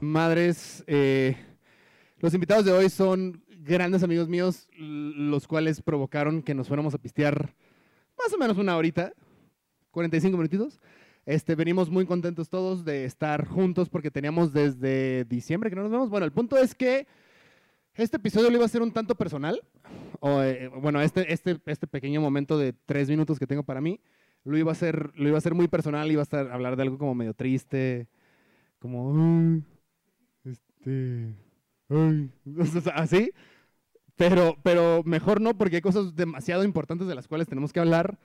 madres. Eh, los invitados de hoy son grandes amigos míos, los cuales provocaron que nos fuéramos a pistear más o menos una horita, 45 minutitos. Este, venimos muy contentos todos de estar juntos porque teníamos desde diciembre que no nos vemos. Bueno, el punto es que este episodio lo iba a ser un tanto personal. O, eh, bueno, este, este, este pequeño momento de tres minutos que tengo para mí lo iba a ser, lo iba a ser muy personal, iba a estar, hablar de algo como medio triste, como, "Ay, este, ay", o sea, así. Pero, pero mejor no, porque hay cosas demasiado importantes de las cuales tenemos que hablar,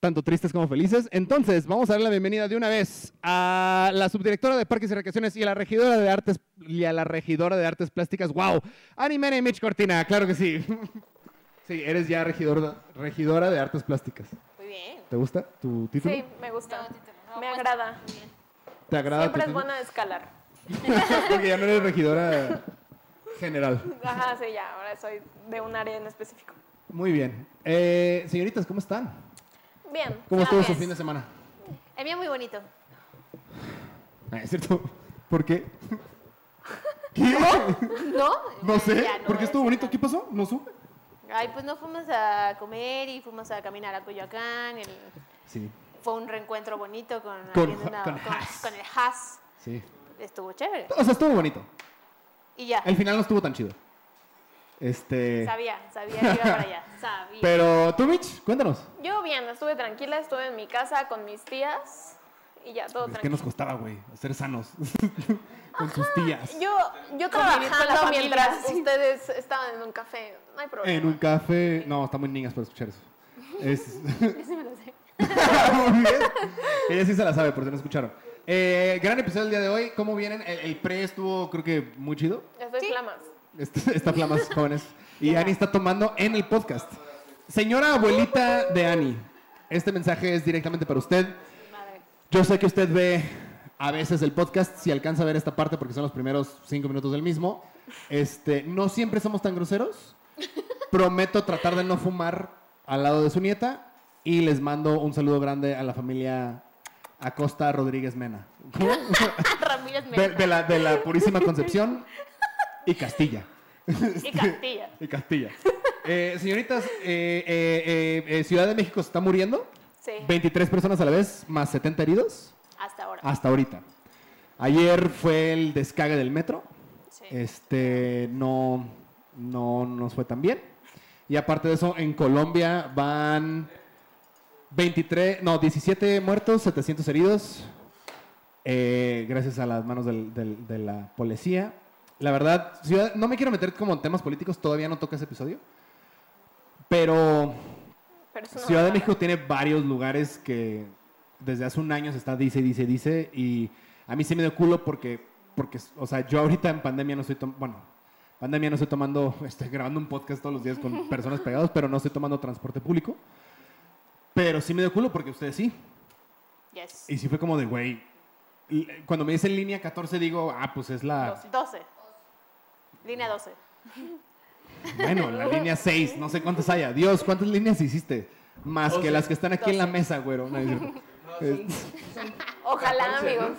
tanto tristes como felices. Entonces, vamos a darle la bienvenida de una vez a la subdirectora de Parques y Recreaciones y a la regidora de Artes y a la regidora de Artes Plásticas. ¡Wow! Animera y Mitch Cortina, claro que sí. sí, eres ya regidora, regidora de Artes Plásticas. Muy bien. ¿Te gusta tu título? Sí, me gusta. No, título, no, me pues, agrada. muy bien. ¿Te agrada? Siempre tu es bueno escalar. título? Porque ya no eres regidora general. Ajá, sí, ya. Ahora soy de un área en específico. Muy bien. Eh, señoritas, ¿cómo están? Bien. Ah, ¿Cómo estuvo su gracias. fin de semana? El mío muy bonito. Ah, ¿Es cierto? ¿Por qué? ¿Qué? ¿No? No sé. Ya no ¿Por voy qué a estuvo decir bonito? nada. ¿Qué pasó? ¿No supe? Ay, pues nos fuimos a comer y fuimos a caminar a Coyoacán. el- Sí, Fue un reencuentro bonito con, Con- alguien de una- con Haas. con el Haas. sí. Estuvo chévere. O sea, estuvo bonito. Y ya. El final no estuvo tan chido. Este... Sabía, sabía que iba para allá. Sabía. Pero tú, Mitch, cuéntanos. Yo bien, estuve tranquila, estuve en mi casa con mis tías y ya Pues, todo ¿Qué tranquilo. nos costaba, güey? Ser sanos. Con sus tías. Yo, yo con la trabajando familia, mientras sí. ustedes estaban en un café. No hay problema. En un café. No, están muy niñas para escuchar eso. Es... Sí me lo sé. Muy bien. Ella sí se la sabe, por si no escucharon. Eh, gran episodio el día de hoy. ¿Cómo vienen? El, el pre estuvo, creo que, muy chido. Estoy Sí. flamas. Est- Está flamas, Este, jóvenes. Y Ani está tomando en el podcast. Señora abuelita de Ani, este mensaje es directamente para usted. Yo sé que usted ve a veces el podcast, si alcanza a ver esta parte, porque son los primeros cinco minutos del mismo. Este, no siempre somos tan groseros. Prometo tratar de no fumar al lado de su nieta. Y les mando un saludo grande a la familia Acosta Rodríguez Mena. ¿Cómo? Ramírez me De, de la, de la Purísima Concepción y Castilla. Y Castilla. Y Castilla. Eh, señoritas, eh, eh, eh, eh, Ciudad de México se está muriendo. Sí. 23 personas a la vez, más 70 heridos, Hasta ahora. hasta ahorita. Ayer fue el descague del metro. Sí. Este, no, no nos fue tan bien. Y aparte de eso, en Colombia van 23, no, 17 muertos, 700 heridos, eh, gracias a las manos del- del- de la policía. La verdad, ciudad- no me quiero meter como en temas políticos, todavía no toca ese episodio, pero Pero es una Ciudad de mamada. México tiene varios lugares que desde hace un año se está dice, dice, dice. Y a mí se me dio culo porque, porque o sea, yo ahorita en pandemia no estoy tomando, bueno, pandemia no estoy tomando, estoy grabando un podcast todos los días con personas pegadas, pero no estoy tomando transporte público. Pero sí me dio culo porque ustedes sí. Yes. Y sí fue como de, güey, l- cuando me dicen línea 14 digo, ah, pues es la... 12. Línea 12. Bueno, la línea 6, no sé cuántas haya. Dios, ¿cuántas líneas hiciste? Más que las que están aquí en la Doce. mesa, güero. No, es cierto. Ojalá, amigos.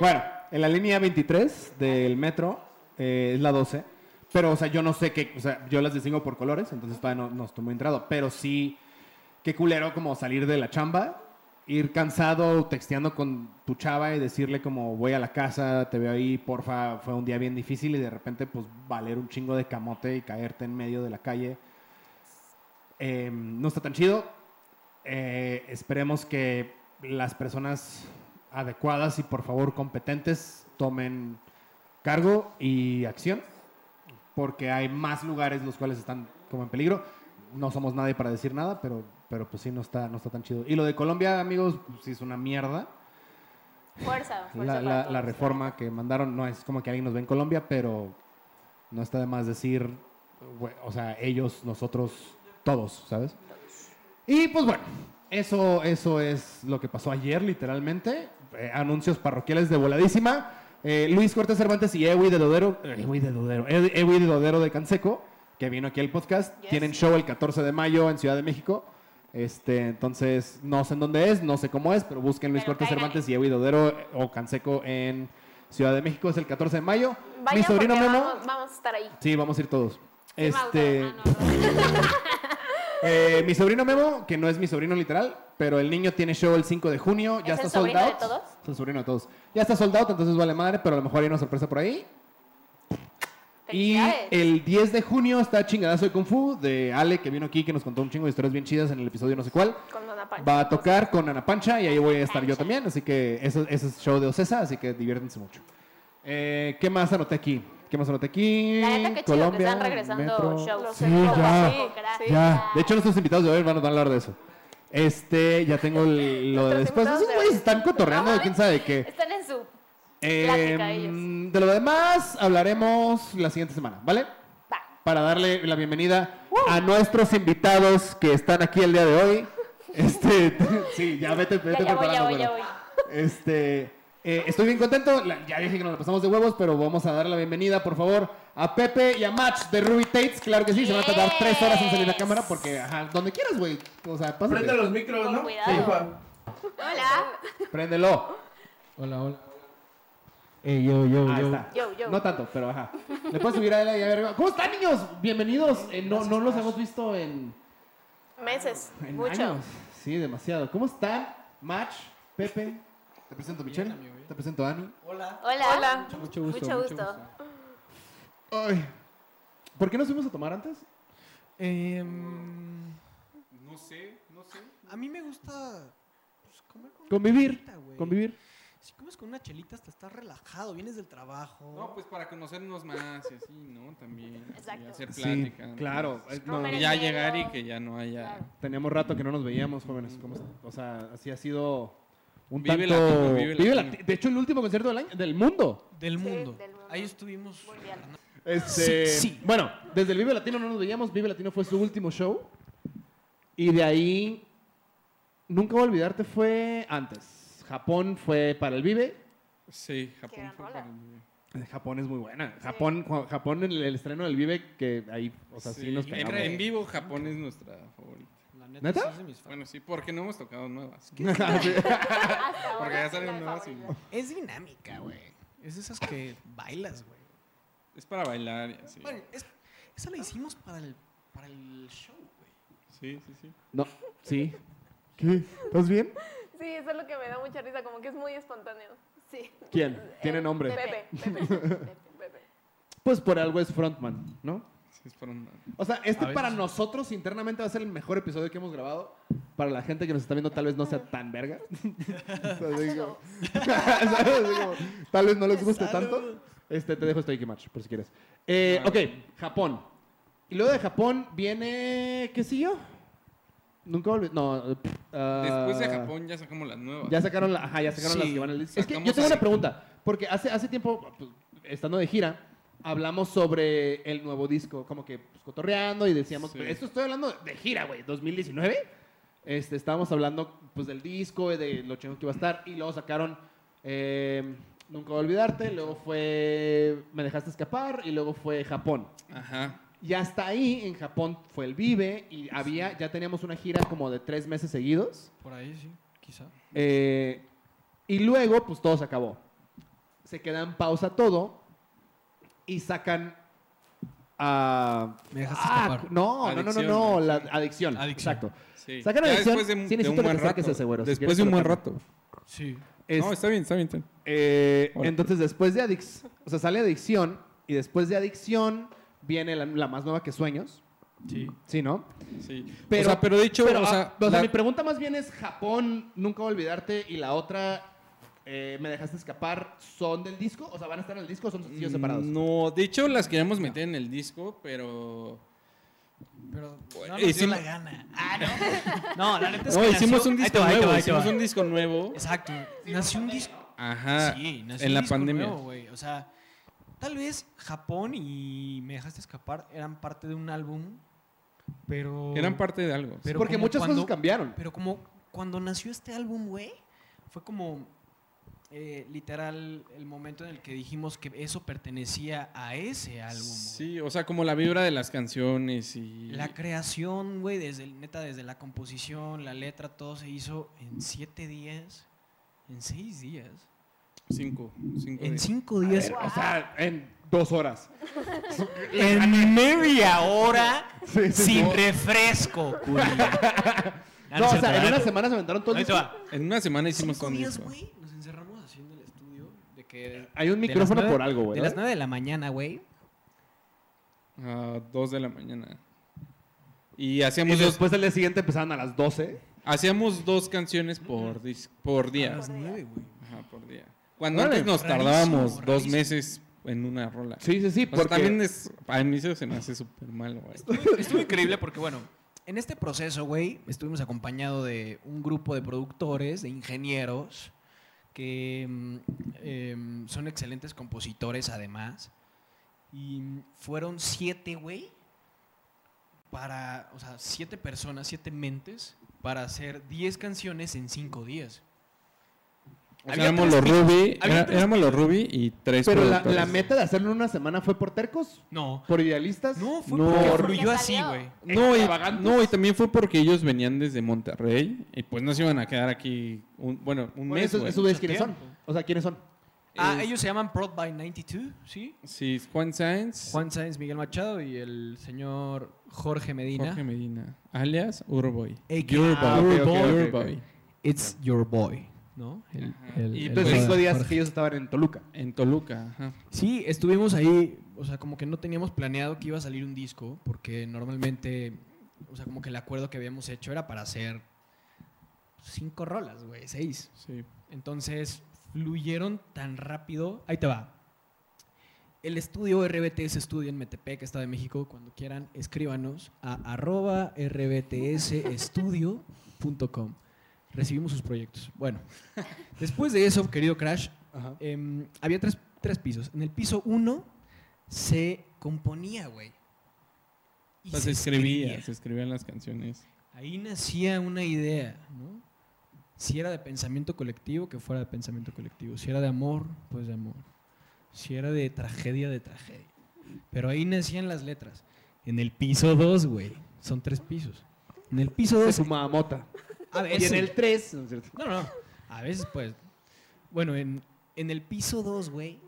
bueno, en la línea 23 del metro eh, es la 12. Pero, o sea, yo no sé qué. O sea, yo las distingo por colores, entonces todavía no, no estoy muy entrado. Pero sí, qué culero como salir de la chamba, ir cansado, texteando con tu chava y decirle como voy a la casa, te veo ahí, porfa, fue un día bien difícil y de repente, pues, valer un chingo de camote y caerte en medio de la calle. Eh, no está tan chido. Eh, esperemos que las personas adecuadas y por favor competentes tomen cargo y acción, porque hay más lugares los cuales están como en peligro. No somos nadie para decir nada, pero, pero pues sí, no está, no está tan chido. Y lo de Colombia, amigos, pues sí es una mierda. Fuerza. La, fuerza para la- todos. la reforma que mandaron no es como que alguien nos ve en Colombia, pero no está de más decir, güe- o sea, ellos, nosotros, todos, ¿sabes? Y pues bueno, eso, eso es lo que pasó ayer, literalmente. Eh, anuncios parroquiales de voladísima. Eh, Luis Cortés Cervantes y Ewi de Dodero, eh, Ewi de Dodero, Ewi- Ewi de Dodero de Canseco, que vino aquí al podcast, Yes. tienen show el 14 de mayo en Ciudad de México. Este, entonces, no sé en dónde es, no sé cómo es, pero busquen Luis Pero Cortés cáiganle. Cervantes y Ewi Dodero eh, o Canseco en Ciudad de México, es el 14 de mayo. Vayan Mi sobrino porque Memo. Vamos, vamos a estar ahí. Sí, vamos a ir todos. Este, Ah, no, no. eh, mi sobrino Memo, que no es mi sobrino literal, pero el niño tiene show el 5 de junio. Ya ¿Es está el sobrino sold de out. todos? Es el sobrino de todos. Ya está sold out, entonces vale madre, pero a lo mejor hay una sorpresa por ahí. Y Felicidades. el 10 de junio está Chingadazo de Kung Fu de Ale, que vino aquí, que nos contó un chingo de historias bien chidas en el episodio no sé cuál. Con Dona Pancha. Va a tocar con Ana Pancha y ahí voy a estar yo también. Así que eso, ese es show de Ocesa, así que diviértanse mucho. Eh, ¿Qué más anoté aquí? ¿Qué más anoté aquí? La neta, qué chido que están regresando Mm, Metro. shows. Oh, Sí, Los ya. eventos, Sí, sí. Ya. De hecho, nuestros invitados de hoy van a hablar de eso. Este, ya tengo el- lo de Nuestros después. invitados Esos de güeyes hoy. están cotorreando de Ajá. quién sabe qué. Están en su. Plática ellos. Eh, de lo demás hablaremos la siguiente semana, ¿vale? Va. Para darle la bienvenida a nuestros invitados que están aquí el día de hoy. Este, sí, ya vete, vete Ya, ya voy, ya preparando, voy, ya bueno. voy. Este, eh, estoy bien contento. La- ya dije que nos la pasamos de huevos, pero vamos a dar la bienvenida, por favor, a Pepe y a Match de Ruby Tates. Claro que sí, se van a tardar tres horas en salir la cámara porque, ajá, donde quieras, güey. O sea, pásate. Prende los micros, Con ¿no? cuidado. Sí, Juan. Hola. Préndelo. Hola, hola. Ey, yo, yo, Ahí yo. está. Yo, yo. No tanto, pero ajá. Le puedes subir a él ahí a ver. ¿Cómo están, niños? Bienvenidos. Eh, no, no los hemos visto en, Meses. en mucho. años. Sí, demasiado. ¿Cómo están? Match, Pepe. Te presento a Michelle. Te presento a Ani. Hola. Hola. Hola. Mucho gusto. Mucho gusto. Ay. ¿Por qué nos fuimos a tomar antes? Em, No sé, no sé. a mí me gusta pues, comer con Convivir. chelita, güey. Convivir. Si comes con una chelita, hasta estás relajado, vienes del trabajo. No, pues para conocernos más y así, ¿no? También. y Exacto. hacer plática. ¿no? claro. Eh, no, Y Romero. ya llegar y que ya no haya. Claro. teníamos rato que no nos veíamos, jóvenes. ¿Cómo est- o sea, así ha sido un Vive tanto... Latino, vive Latino. Lati- De hecho, el último concierto del año, del mundo. Del Sí, mundo. del mundo. Ahí estuvimos. Mundial. Este, Sí, sí. Bueno, desde el Vive Latino no nos veíamos. Vive Latino fue su último show. Y de ahí, Nunca Voy a Olvidarte fue antes. Japón fue para el Vive. Sí, Japón gran fue rola. para mí. Eh, Japón es muy buena. Japón, Ju- Japón en el, el estreno del Vive, que ahí, o sea, sí, Sí, nos en- pegamos. En vivo, Japón es nuestra favorita. La ¿Neta? sí es de mis fa- Bueno, sí, porque no hemos tocado nuevas. Hasta ahora Porque ya es la salen nuevas y- favorita. Es dinámica, güey. Es de esas que bailas, güey. Es para bailar y así. Bueno, es- esa la hicimos para el, para el show, güey. Sí, sí, sí. No, sí. ¿Qué? ¿Estás bien? Sí, eso es lo que me da mucha risa, como que es muy espontáneo. Sí. ¿Quién? Tiene Eh, nombre. Pepe. Pepe. Pepe. Pepe. Pues por algo es frontman, ¿no? Sí, es para un- O sea, este A veces para sí. nosotros internamente va a ser el mejor episodio que hemos grabado. Para la gente que nos está viendo, tal vez no sea tan verga. Así como- Hazlo. ¿Sabes? Así como, tal vez no les guste Salud. tanto. Este, te dejo este Ike Match, por si quieres. Eh, Claro. Ok, Japón. Y luego de Japón viene. ¿Qué siguió? Nunca volví. No. eh, pff, ah, Después de Japón ya sacamos las nuevas. Ya sacaron, la, ajá, ya sacaron Sí. las que van al Es que yo Sacamos tengo así. una pregunta. Porque hace, hace tiempo, pues, estando de gira, hablamos sobre el nuevo disco, como que pues, cotorreando y decíamos, Sí. "Pero esto estoy hablando de gira, güey, 2019. Este, estábamos hablando pues, del disco y de lo chingón que iba a estar. Y luego sacaron eh, Nunca Voy a Olvidarte, luego fue Me Dejaste Escapar y luego fue Japón. Ajá. Y hasta ahí, en Japón, fue el Vive y había, ya teníamos una gira como de tres meses seguidos. Por ahí, sí, quizá. Eh, y luego, pues todo se acabó. Se queda en pausa todo y sacan a. Me dejaste Ah, escapar. no, no, no, no, Adicción, no, la adicción. adicción. Adicción. Exacto. Sí. Sacan Ya adicción, después de, un- sí de necesito un que buen saques rato. ese, güero, si Después quieres de un te lo buen cambio. rato. Sí. Es- No, está bien, está bien. está bien. eh, Hola. entonces, después de adicción, o sea, sale adicción y después de adicción viene la, la más nueva que sueños. Sí. Sí, ¿no? Sí. Pero- Pero, o sea, pero dicho, Pero, o sea, ah, o sea, la- mi pregunta más bien es Japón, nunca Voy a olvidarte, y la otra, eh, me dejaste escapar, ¿son del disco? O sea, ¿van a estar en el disco o son sencillos separados? Mm, No, de hecho las queríamos meter en el disco, pero Pero Bueno, no nos dio hicimos- la gana. Ah, no. No, la neta es no que hicimos nació- un Ahí te disco va, ahí te nuevo, va, ahí te va. hicimos un disco nuevo. Exacto. nació un disco. Ajá. sí, nació Ah, en un la disco pandemia. nuevo, güey. O sea, tal vez Japón y Me Dejaste Escapar eran parte de un álbum, pero. Eran parte de algo. Pero Porque como muchas cuando- cosas cambiaron. Pero como cuando nació este álbum, güey, fue como eh, literal el momento en el que dijimos que eso pertenecía a ese álbum. güey. Sí, o sea, como la vibra de las canciones y La creación, güey, desde el- neta, desde la composición, la letra, todo se hizo en siete días, en seis días. Cinco. cinco En días. cinco días. O sea, en dos horas. En media hora Sí, sí, sin no. refresco, Ah, culi. No, o sea, en una semana se aventaron todo el Ahí te disco. va. En una semana hicimos Cinco un días, disco. güey, nos encerramos así en el estudio. De que Hay un de las micrófono nueve- por algo, güey. De las ¿no? 9 de la mañana, güey. A Ah, dos de la mañana. Y hacíamos Y dos, después al día siguiente empezaban a las 12. hacíamos dos canciones por, dis- por A día. las 9, güey. Ajá, por día. Cuando Órale. antes nos Rarísimo, tardábamos dos rarísimo. meses en una rola. Sí, sí, sí. O sea, Porque también es, a mí eso se me hace súper malo, güey. Estuvo increíble porque, bueno, en este proceso, güey, estuvimos acompañado de un grupo de productores, de ingenieros, que mm, em, son excelentes compositores además. Y mm, fueron siete, güey, para, o sea, siete personas, siete mentes, para hacer diez canciones en cinco días. O sea, Había éramos tres los Ruby, había era- tres éramos los Ruby y tres Pero la, productores. la meta de hacerlo en una semana fue por tercos, No, por idealistas. eh, no, fue No. porque fluyó Porque así, salió. güey. No y, extravagantes. no, y también fue porque ellos venían desde Monterrey y pues no se iban a quedar aquí, un, bueno, un Bueno, mes, eso, güey. eso ves Mucho quiénes son. tiempo. O sea, quiénes son. Ah, Eh, ellos se llaman Prod by 92, ¿sí? Sí, Juan Sáenz, Juan Sáenz, Miguel Machado y el señor Jorge Medina. Jorge Medina, alias Urboy. AKA. Ah, ok, Oh, ok, ok, ok. Urboy. It's your boy, ¿no? El- Ajá. el- Y el entonces brother cinco días Jorge. que ellos estaban en Toluca. En Toluca, ajá. Sí, estuvimos ahí, o sea, como que no teníamos planeado que iba a salir un disco, porque normalmente, o sea, como que el acuerdo que habíamos hecho era para hacer cinco rolas, güey, seis. Sí. Entonces, fluyeron tan rápido. Ahí te va. El estudio RBTS Estudio en Metepec, Estado de México. Cuando quieran, escríbanos a arroba rbtsestudio.com. Recibimos sus proyectos. Bueno, después de eso, querido Crash, Ajá. em, había tres, tres pisos. En el piso uno se componía, güey. Y O sea, Pues, se escribía, se escribían las canciones. Ahí nacía una idea, ¿no? Si era de pensamiento colectivo, que fuera de pensamiento colectivo. Si era de amor, pues de amor. Si era de tragedia, de tragedia. Pero ahí nacían las letras. En el piso 2, güey. Son tres pisos. En el piso Se 2. sumaba Mota. A Y veces. en el 3. No, no, no. A veces, pues. Bueno, en, en el piso 2, güey.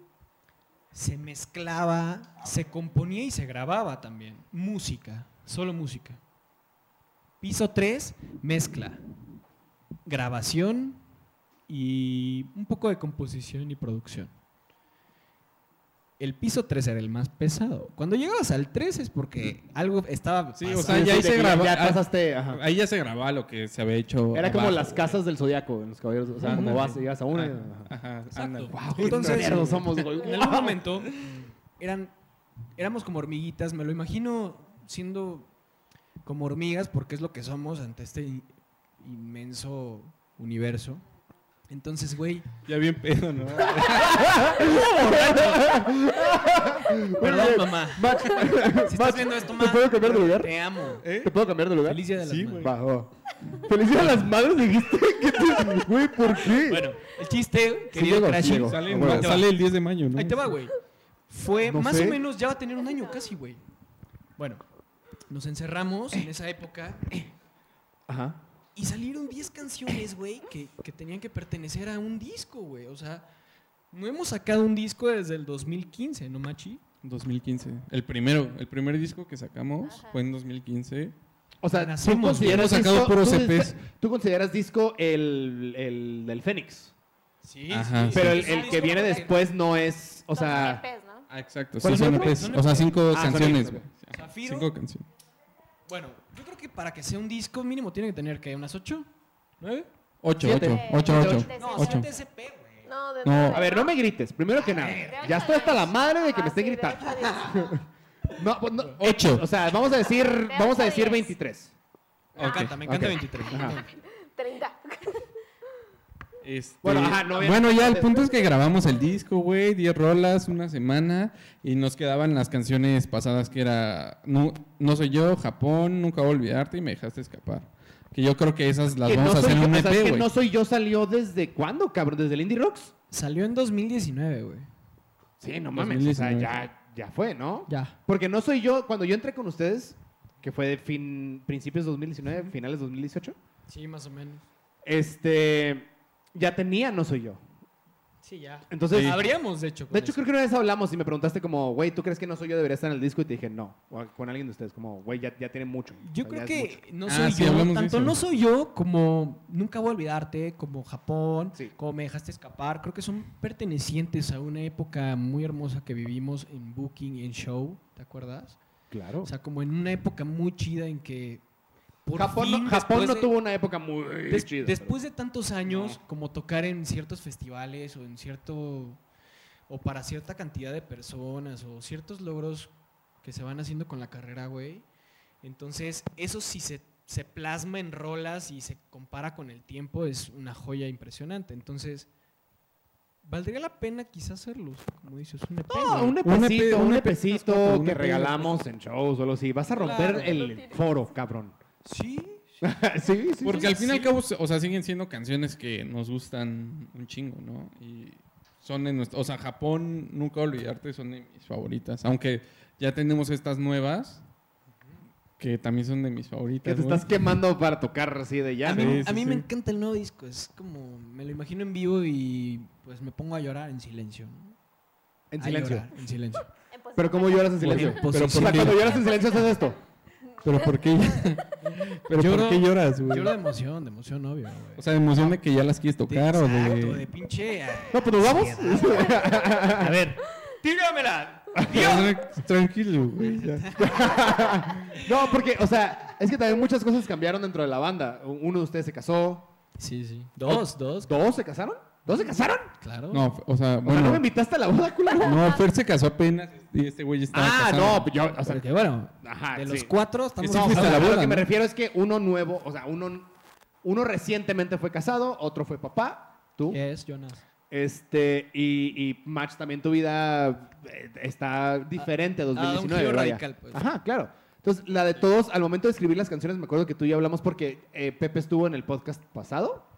Se mezclaba, se componía y se grababa también. Música, solo música. Piso 3, mezcla. Grabación y un poco de composición y producción. El piso 3 era el más pesado. Cuando llegabas al 3 es porque algo estaba Sí, o pasando. sea, ya ahí se graba- Ah, Ya pasaste. ajá. Ahí ya se grababa lo que se había hecho. Ah. Era como abajo, las güey. casas del zodiaco en los caballeros. O sea, como Ándale. vas, llegas a una. y- Ah, ajá. Ajá, Exacto. ándale. Guau, Qué Entonces- nerdos somos, güey. En algún momento eran, éramos como hormiguitas, me lo imagino siendo como hormigas porque es lo que somos ante este in- inmenso universo. Entonces, güey, Ya bien pedo, ¿no? perdón mamá, Max, si Max, estás viendo esto, ¿te ma, puedo cambiar de lugar? te amo. ¿Te puedo cambiar de lugar? Feliz Día de las sí, Madres. va, va. Feliz Día de las Madres dijiste. ¿Qué te- Güey, ¿por qué? Bueno, el chiste, Sí querido llego, sí Crashy, llego. sale, Ah, en- bueno. sale el 10 de mayo, ¿no? Ahí te va, güey. Fue No más sé. o menos, ya va a tener un año casi, güey. Bueno, nos encerramos en esa época Ajá. Y salieron 10 canciones, güey, que, que tenían que pertenecer a un disco, güey. O sea, no hemos sacado un disco desde el 2015, ¿no, Machi? 2015. El primero, el primer disco que sacamos Ajá. fue en 2015. O sea, Nacimos, ¿tú consideras hemos sacado disco- puros E tú- EPs. Tú consideras disco el, el del Fénix. Sí, Ajá, sí. Pero el, Es el que viene después no es. O sea. Son EPs, ¿no? Ah, exacto. ¿Cuál Sí, es el son otro? EPs. ¿Son O sea, EPs? cinco Ah, son canciones, EPs, güey. Zafiro, Cinco canciones. bueno, yo creo que para que sea un disco mínimo tiene que tener, ¿qué? ¿Unas 8? ¿9? Ocho, Siete. ocho, ocho, Siete, ocho. ocho. No, Ocho. 7 SP, güey. No, de No. nueve, A A ver, no me grites, primero que nada. Ya estoy hasta la madre de que me estén Ajá, sí, de gritando. Ah, ocho a diez. No, pues, no, Ocho. O sea, vamos a decir, vamos a decir 23. Me encanta, me encanta ok. 23. Ajá. 30. Este, Bueno, ajá, no, obviamente. bueno, ya el punto es que grabamos el disco, güey, 10 rolas, una semana, y nos quedaban las canciones pasadas que era No, no soy yo, Japón, Nunca voy a olvidarte y Me dejaste escapar. Que yo creo que esas las Que vamos no a hacer soy en yo- un o sea, es EP, que güey. no soy yo salió desde cuándo, cabrón, desde el Indie Rocks. Salió en 2019, güey. Sí, no mames. O sea, 2019. ya, ya fue, ¿no? Ya. Porque no soy yo, cuando yo entré con ustedes, que fue de fin, principios 2019, finales 2018, Sí, más o menos. este, ya tenía No Soy Yo. Sí, ya. Entonces, Habríamos, de hecho. con de hecho, eso. creo que una vez hablamos y me preguntaste como, güey, ¿tú crees que no soy yo? Debería estar en el disco. Y te dije, no. O con alguien de ustedes, como, güey, ya, ya tiene mucho. Yo O sea, creo ya es mucho. que no Ah, soy sí, yo, hablamos de tanto eso. no soy yo como Nunca voy a olvidarte, como Japón, Sí. como Me dejaste escapar. Creo que son pertenecientes a una época muy hermosa que vivimos en Booking y en Show, ¿te acuerdas? Claro. O sea, como en una época muy chida en que por Japón, fin, no, Japón después no de- tuvo una época muy des- chida. después de tantos años, como tocar en ciertos festivales o en cierto o para cierta cantidad de personas o ciertos logros que se van haciendo con la carrera, güey. Entonces, eso sí se, se plasma en rolas y se compara con el tiempo, es una joya impresionante. Entonces, valdría la pena quizás hacerlos, como dices, un EP, pero- No, un güey. Ah, Un E epecito, EP, un un epecito EP, un que EP. regalamos en shows o algo así. Vas a romper Claro. el foro, cabrón. Sí, sí, sí. Porque sí. al fin y al cabo, o sea, siguen siendo canciones que nos gustan un chingo, ¿no? Y son de nuestro, o sea, Japón, nunca olvidarte, son de mis favoritas. Aunque ya tenemos estas nuevas, que también son de mis favoritas. Que te güey. estás quemando para tocar así de ya. A ¿no? mí, Sí, a sí, mí me sí. encanta el nuevo disco, es como, me lo imagino en vivo y pues me pongo a llorar en silencio. ¿no? En A silencio. llorar en silencio. En posición Pero ¿cómo lloras en Por- silencio? en pero O sea, posición. cuando lloras en silencio haces esto. Pero ¿por qué, pero Lloro- ¿por qué lloras, güey? Lloro de emoción, de emoción, obvio. güey. O sea, de emoción de que ya las quieres tocar o de... Exacto, de pinche. ah, No, pues nos vamos. ansiedad. A ver, tíramela. Tranquilo, güey. ya. No, porque, o sea, es que también muchas cosas cambiaron dentro de la banda. Uno de ustedes se casó. Sí, sí. Dos, dos, ¿Dos se casaron? ¿Dos se casaron? claro. No, o sea, O sea, ¿no me bueno. invitaste a la boda, culero? No, Fer se casó apenas y este güey ya estaba Ah, casado. no, pues yo, o sea, Porque bueno, Ajá, de Ah, sí. los cuatro estamos Sí no, o fuiste sea, a la a lo boda, que me ¿no? refiero es que uno nuevo, o sea, uno, uno recientemente fue casado, otro fue papá, tú, Yes, Jonas. este, y, y Match también tu vida eh, está diferente a Ah, un 2019. giro vaya. radical, pues. Ajá, claro. Entonces, la de todos, al momento de escribir las canciones, me acuerdo que tú y yo hablamos porque eh, Pepe estuvo en el podcast pasado.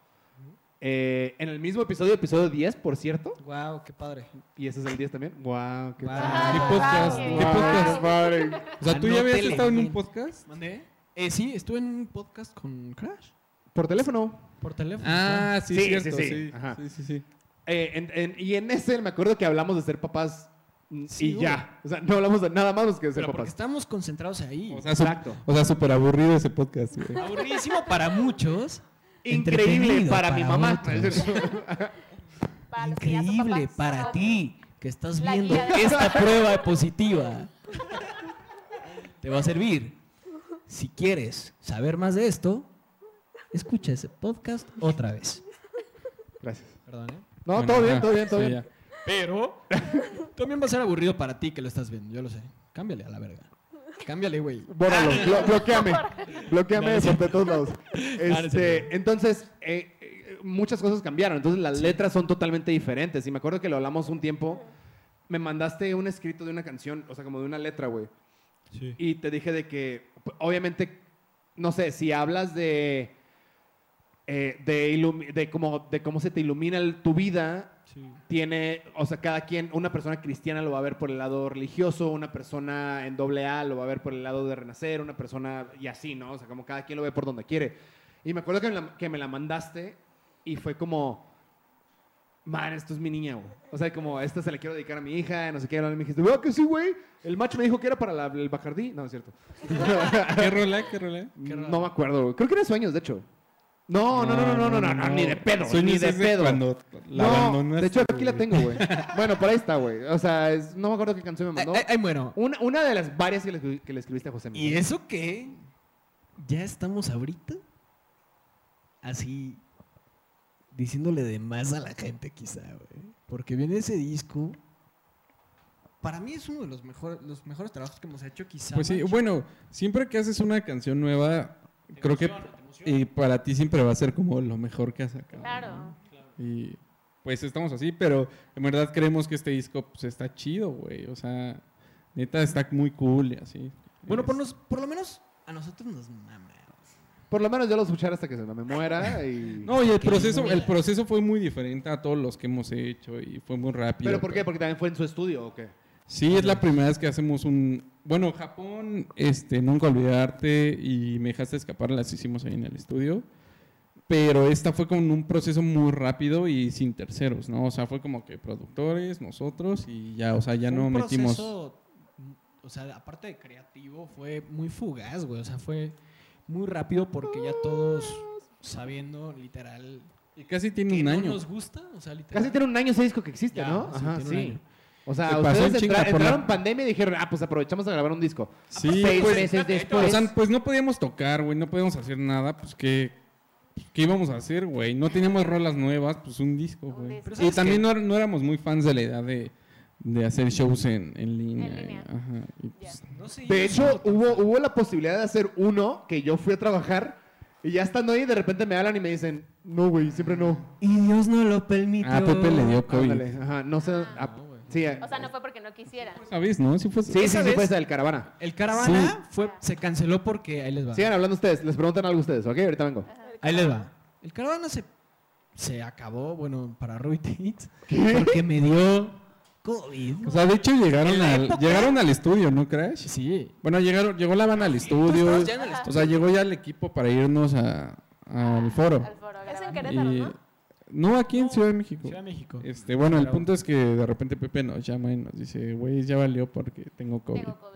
eh, en el mismo episodio, episodio 10, por cierto. Wow, qué padre. Y ese es el 10 también. ¡Wow! ¡Qué Guau. ¿Qué padre! podcast? Wow. ¿Qué podcast? padre! O sea, ¿tú ya habías Anótele. estado en un podcast? ¿Mandé? Eh, sí, estuve en un podcast con Crash. Por teléfono. Por teléfono. Ah, sí, Sí, sí, cierto, sí. sí. Ajá. Sí, sí, sí. Eh, en- en- y en ese me acuerdo que hablamos de ser papás mm, Sí, y ya. O sea, no hablamos de nada más que de ser Pero porque papás. estamos concentrados ahí. O sea, su- Exacto. o sea, súper aburrido ese podcast, güey. Aburridísimo para muchos. Increíble entretenido para, mi mamá. otros. para los que ya son Increíble papás. para ti que estás La viendo guía de- esta prueba positiva. Te va a servir. Si quieres saber más de esto, escucha ese podcast otra vez. Gracias. Perdón, ¿eh? No, Bueno, todo bien, ajá, todo bien, todo sí, bien. ya. Pero también va a ser aburrido para ti que lo estás viendo, yo lo sé. Cámbiale a la verga. Cámbiale, güey. Bórralo, blo- bloqueame. Bloqueame Ah, No, no es por de todos lados. es Este, entonces, eh, eh, muchas cosas cambiaron. Entonces, las letras son totalmente diferentes. Y me acuerdo que lo hablamos un tiempo. Me mandaste un escrito de una canción, o sea, como de una letra, güey. Y te dije de que, p- obviamente, no sé, si hablas de. eh, de, ilumi- de, cómo, de cómo se te ilumina el- tu vida, tiene, o sea, cada quien, una persona cristiana lo va a ver por el lado religioso, una persona en doble A lo va a ver por el lado de renacer, una persona y así, ¿no? O sea, como cada quien lo ve por donde quiere. Y me acuerdo que me la, que me la mandaste y fue como, man, esto es mi niña, güey. O sea, como, esta se la quiero dedicar a mi hija, no sé qué, y me dijiste, veo que sí, güey. El macho me dijo que era para la- el Bacardí. No, es cierto. ¿Qué rola? ¿Qué rola? No me acuerdo, güey. Creo que era Sueños, de hecho. No, no, no, no, no, no, no, no, ni de pedo, ni Sueños de es pedo. Cuando la no, abandonaste, de hecho aquí la güey. tengo, güey. Bueno, por ahí está, güey. O sea, es- no me acuerdo qué canción me Ay, mandó. ay, ay, bueno. Una, una de las varias que le, que le escribiste a José ¿Y Miguel. eso qué? ¿Ya estamos ahorita? Así, diciéndole de más a la gente quizá, güey. Porque viene ese disco. Para mí es uno de los, mejor- los mejores trabajos que hemos hecho quizá. Pues sí, macho. bueno, siempre que haces una canción nueva, creo que... emociona, te emociona. Y para ti siempre va a ser como lo mejor que has sacado. Claro. Y pues estamos así, pero en verdad creemos que este disco pues, está chido, güey. O sea, neta está muy cool y así. Bueno, por, Es- nos- por lo menos a nosotros nos mama. Por lo menos yo lo escucharé hasta que se me muera. Y... No, y el Qué proceso, buena. el proceso fue muy diferente a todos los que hemos hecho y fue muy rápido. ¿Pero por qué? ¿Porque también fue en su estudio o qué? Sí, es la primera vez que hacemos un... Bueno, Japón, este, Nunca Olvidarte y Me Dejaste Escapar las hicimos ahí en el estudio. Pero esta fue con un proceso muy rápido y sin terceros, ¿no? O sea, fue como que productores, nosotros y ya, o sea, ya Fue no un metimos. proceso, O sea, aparte de creativo, fue muy fugaz, güey. O sea, fue muy rápido porque ya todos sabiendo, literal, Y casi tiene que un no año. nos gusta. O sea, literal. Casi tiene un año ese disco que existe, Ya, ¿no? sí, tiene un año. O sea, Se pasó ustedes en chinga entra- por la- entraron pandemia y dijeron, ah, pues aprovechamos a grabar un disco. Sí, Seis pues, meses o después. sea, pues no podíamos tocar, güey, no podíamos hacer nada, pues qué, pues, qué íbamos a hacer, güey. No teníamos rolas nuevas, pues un disco, Un güey. disco. Pero Y ¿sabes también no, no éramos muy fans de la edad de, de hacer shows en, en línea. En línea. Ajá, y, pues, No sé, De yo hecho, siento- hubo, hubo la posibilidad de hacer uno que yo fui a trabajar y ya estando ahí, de repente me hablan y me dicen, no, güey, siempre no. Y Dios no lo permitió. Ah, Pepe le dio COVID. Ándale, ajá, no sé. ah, no, güey. sí, O sea, no fue porque no quisiera. ¿Sabes, no? Sí, fue, sí, sí, esa sí, fue vez- esa del caravana. El caravana fue, se canceló porque ahí les va. Sigan hablando ustedes, les preguntan algo ustedes, ¿ok? Ahorita vengo. Ahí les va. El caravana se, se acabó, bueno, para Rui Tits, porque me dio COVID. O sea, de hecho llegaron la al, época- llegaron al estudio, ¿no, Crash? Sí. Bueno, llegaron, llegó la banda al estudio. estabas ya en el O sea, llegó ya el equipo para irnos a, al foro. Al foro, Es en grabando. Querétaro, Y- ¿no? no, aquí en Ciudad de México. Ciudad de México. Este, bueno, el Claro. punto es que de repente Pepe nos llama y nos dice, güey, ya valió porque tengo COVID. Tengo COVID.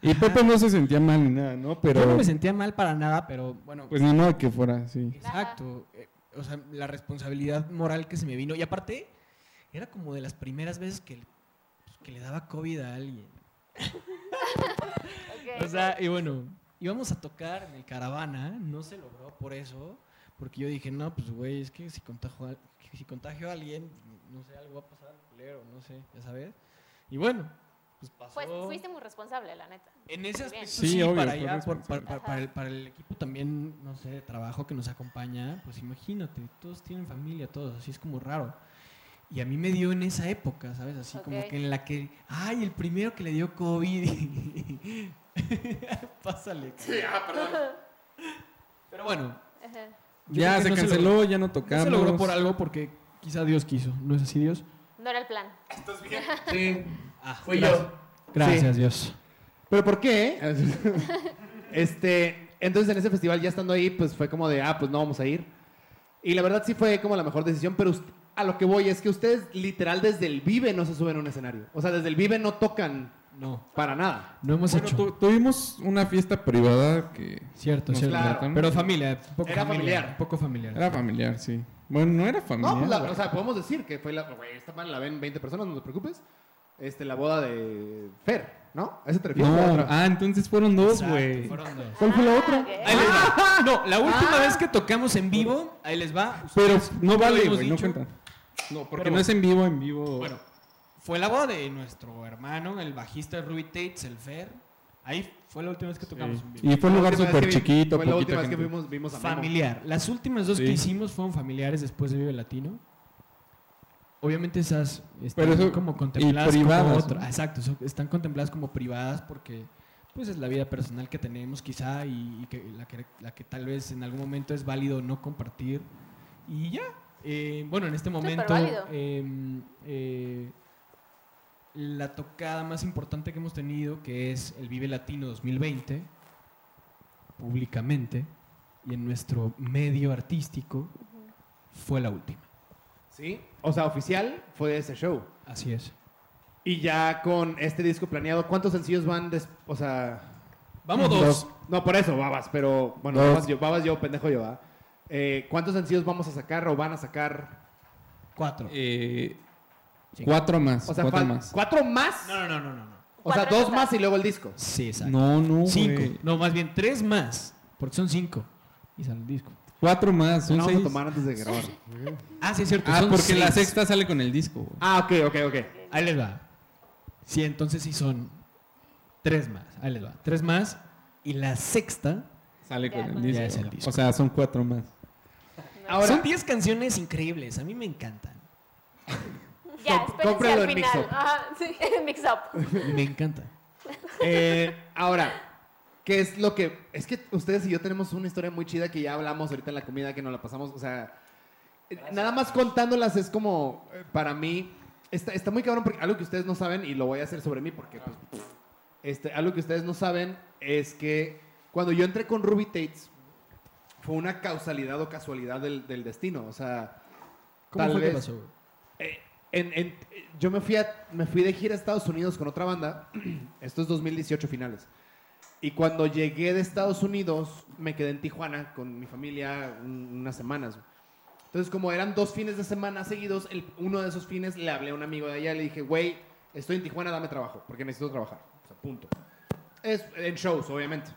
Y Pepe no se sentía mal ni nada, ¿no? Pero, Yo no me sentía mal para nada, pero bueno. pues ni modo que fuera así. exacto. Eh, O sea, la responsabilidad moral que se me vino. Y aparte, era como de las primeras veces que, pues, que le daba COVID a alguien. Ok. O sea, y bueno, íbamos a tocar en el caravana, no se logró por eso, porque yo dije, no, pues güey, es que si contagio a, que si contagio a alguien, no sé, algo va a pasar, culero, no sé, ya sabes. Y bueno, pues pasó. Pues fuiste muy responsable, la neta. En ese aspecto, Bien. sí, Sí, obvio, para fue allá, por- para, responsable. para- para el, para el equipo también, no sé, de trabajo que nos acompaña, pues imagínate, todos tienen familia, todos, así es como raro. Y a mí me dio en esa época, ¿sabes? Así como Ok. que en la que, ay, el primero que le dio COVID. Pásale. Pero bueno, Ajá. yo ya creo que se no logró. canceló, ya no No tocamos. se logró por algo porque quizá Dios quiso, ¿no es así Dios? No era el plan. Sí. Ah, Fui gracias. yo. Gracias Dios. ¿Pero por qué? este, entonces en ese festival ya estando ahí, pues fue como de, ah, pues no vamos a ir. Y la verdad sí fue como la mejor decisión, pero ust- a lo que voy es que ustedes literal desde el Vive no se suben a un escenario. O sea, desde el Vive no tocan No, para nada. no hemos Bueno, hecho. tu- tuvimos una fiesta privada que Cierto, Nos cierto. claro. Pero familia, poco Era familiar. Poco familiar. era familiar, sí. Bueno, no era familiar. No, pues, la- güey. o sea, podemos decir que fue la, güey, esta madre la ven 20 personas, no te preocupes. Este, la boda de Fer, ¿no? ¿A ese te refieres? ¿O a no, otra? ah, entonces fueron dos, Exacto, güey. fueron dos. ¿Cuál fue la otra? Ah, ok. Ahí les va. Ah. No, la última vez que tocamos en vivo, ahí les va. Pero no Pues, lo vale, hemos güey, no dicho. cuenta. No, porque Pero no es en vivo, en vivo. eh, Bueno, fue la boda de nuestro hermano, el bajista Ruby Tates, el Fer. Ahí fue la última vez que tocamos en vivo. y fue un La lugar última vez que súper vi- chiquito, Fue la poquita última vez que gente. vimos, vimos a Memo. Familiar. Las últimas dos Sí. que hicimos fueron familiares después de Vive Latino. Obviamente esas están Pero eso- como y contempladas privadas, como ¿no? otra. Exacto, son- están contempladas como privadas porque pues es la vida personal que tenemos quizá y, y que, la que la que tal vez en algún momento es válido no compartir. Y ya, eh, bueno, en este momento válido. eh, eh, la tocada más importante que hemos tenido, que es el Vive Latino 2020, públicamente y en nuestro medio artístico, fue la última. Sí, o sea, oficial fue ese show. Así es. Y ya con este disco planeado, ¿cuántos sencillos van? des- o sea. Vamos dos. Dos. No, por eso, babas, pero. Bueno, Dos. babas yo, babas yo, pendejo yo, ¿ah? Eh, ¿Cuántos sencillos vamos a sacar o van a sacar? Cuatro. Eh, cuatro más, O sea, cuatro fal- más. ¿Cuatro más? No, no, no, no, no. O sea, Cuatro dos total. más y luego el disco. Sí, exacto. No, no, cinco. güey. No, más bien tres más, porque son cinco. Y sale el disco. Cuatro más, son No vamos seis. a tomar antes de grabar. Ah, sí, es cierto. Ah, son porque la seis. sexta sale con el disco. güey. Ah, ok, ok, ok. Ahí les va. Sí, entonces sí son tres más. Ahí les va. Tres más. Y la sexta. Sale con Ya, el con disco. ya es el disco. O sea, son cuatro más. Ahora, son diez canciones increíbles. A mí me encantan. Ya, Comp- espérense cómpralo al en final. Mixup. Ajá, sí, en Mix Up. Me encantan. eh, ahora, ¿qué es lo que.? Es que ustedes y yo tenemos una historia muy chida que ya hablamos ahorita en la comida, que nos la pasamos, o sea. Eh, Nada más contándolas es como, eh, para mí, está, está muy cabrón porque algo que ustedes no saben, y lo voy a hacer sobre mí porque, pues, este, algo que ustedes no saben es que cuando yo entré con Ruby Tates, fue una causalidad o casualidad del, del destino. O sea, ¿Cómo Tal fue vez. que pasó, güey? eh, en- en- eh, yo me fui, a- me fui de gira a Estados Unidos con otra banda. Esto es 2018 finales. Y cuando llegué de Estados Unidos, me quedé en Tijuana con mi familia un- unas semanas. güey. Entonces, como eran dos fines de semana seguidos, el- uno de esos fines le hablé a un amigo de allá le dije, güey, estoy en Tijuana, dame trabajo, porque necesito trabajar. O sea, punto. Es en shows, obviamente.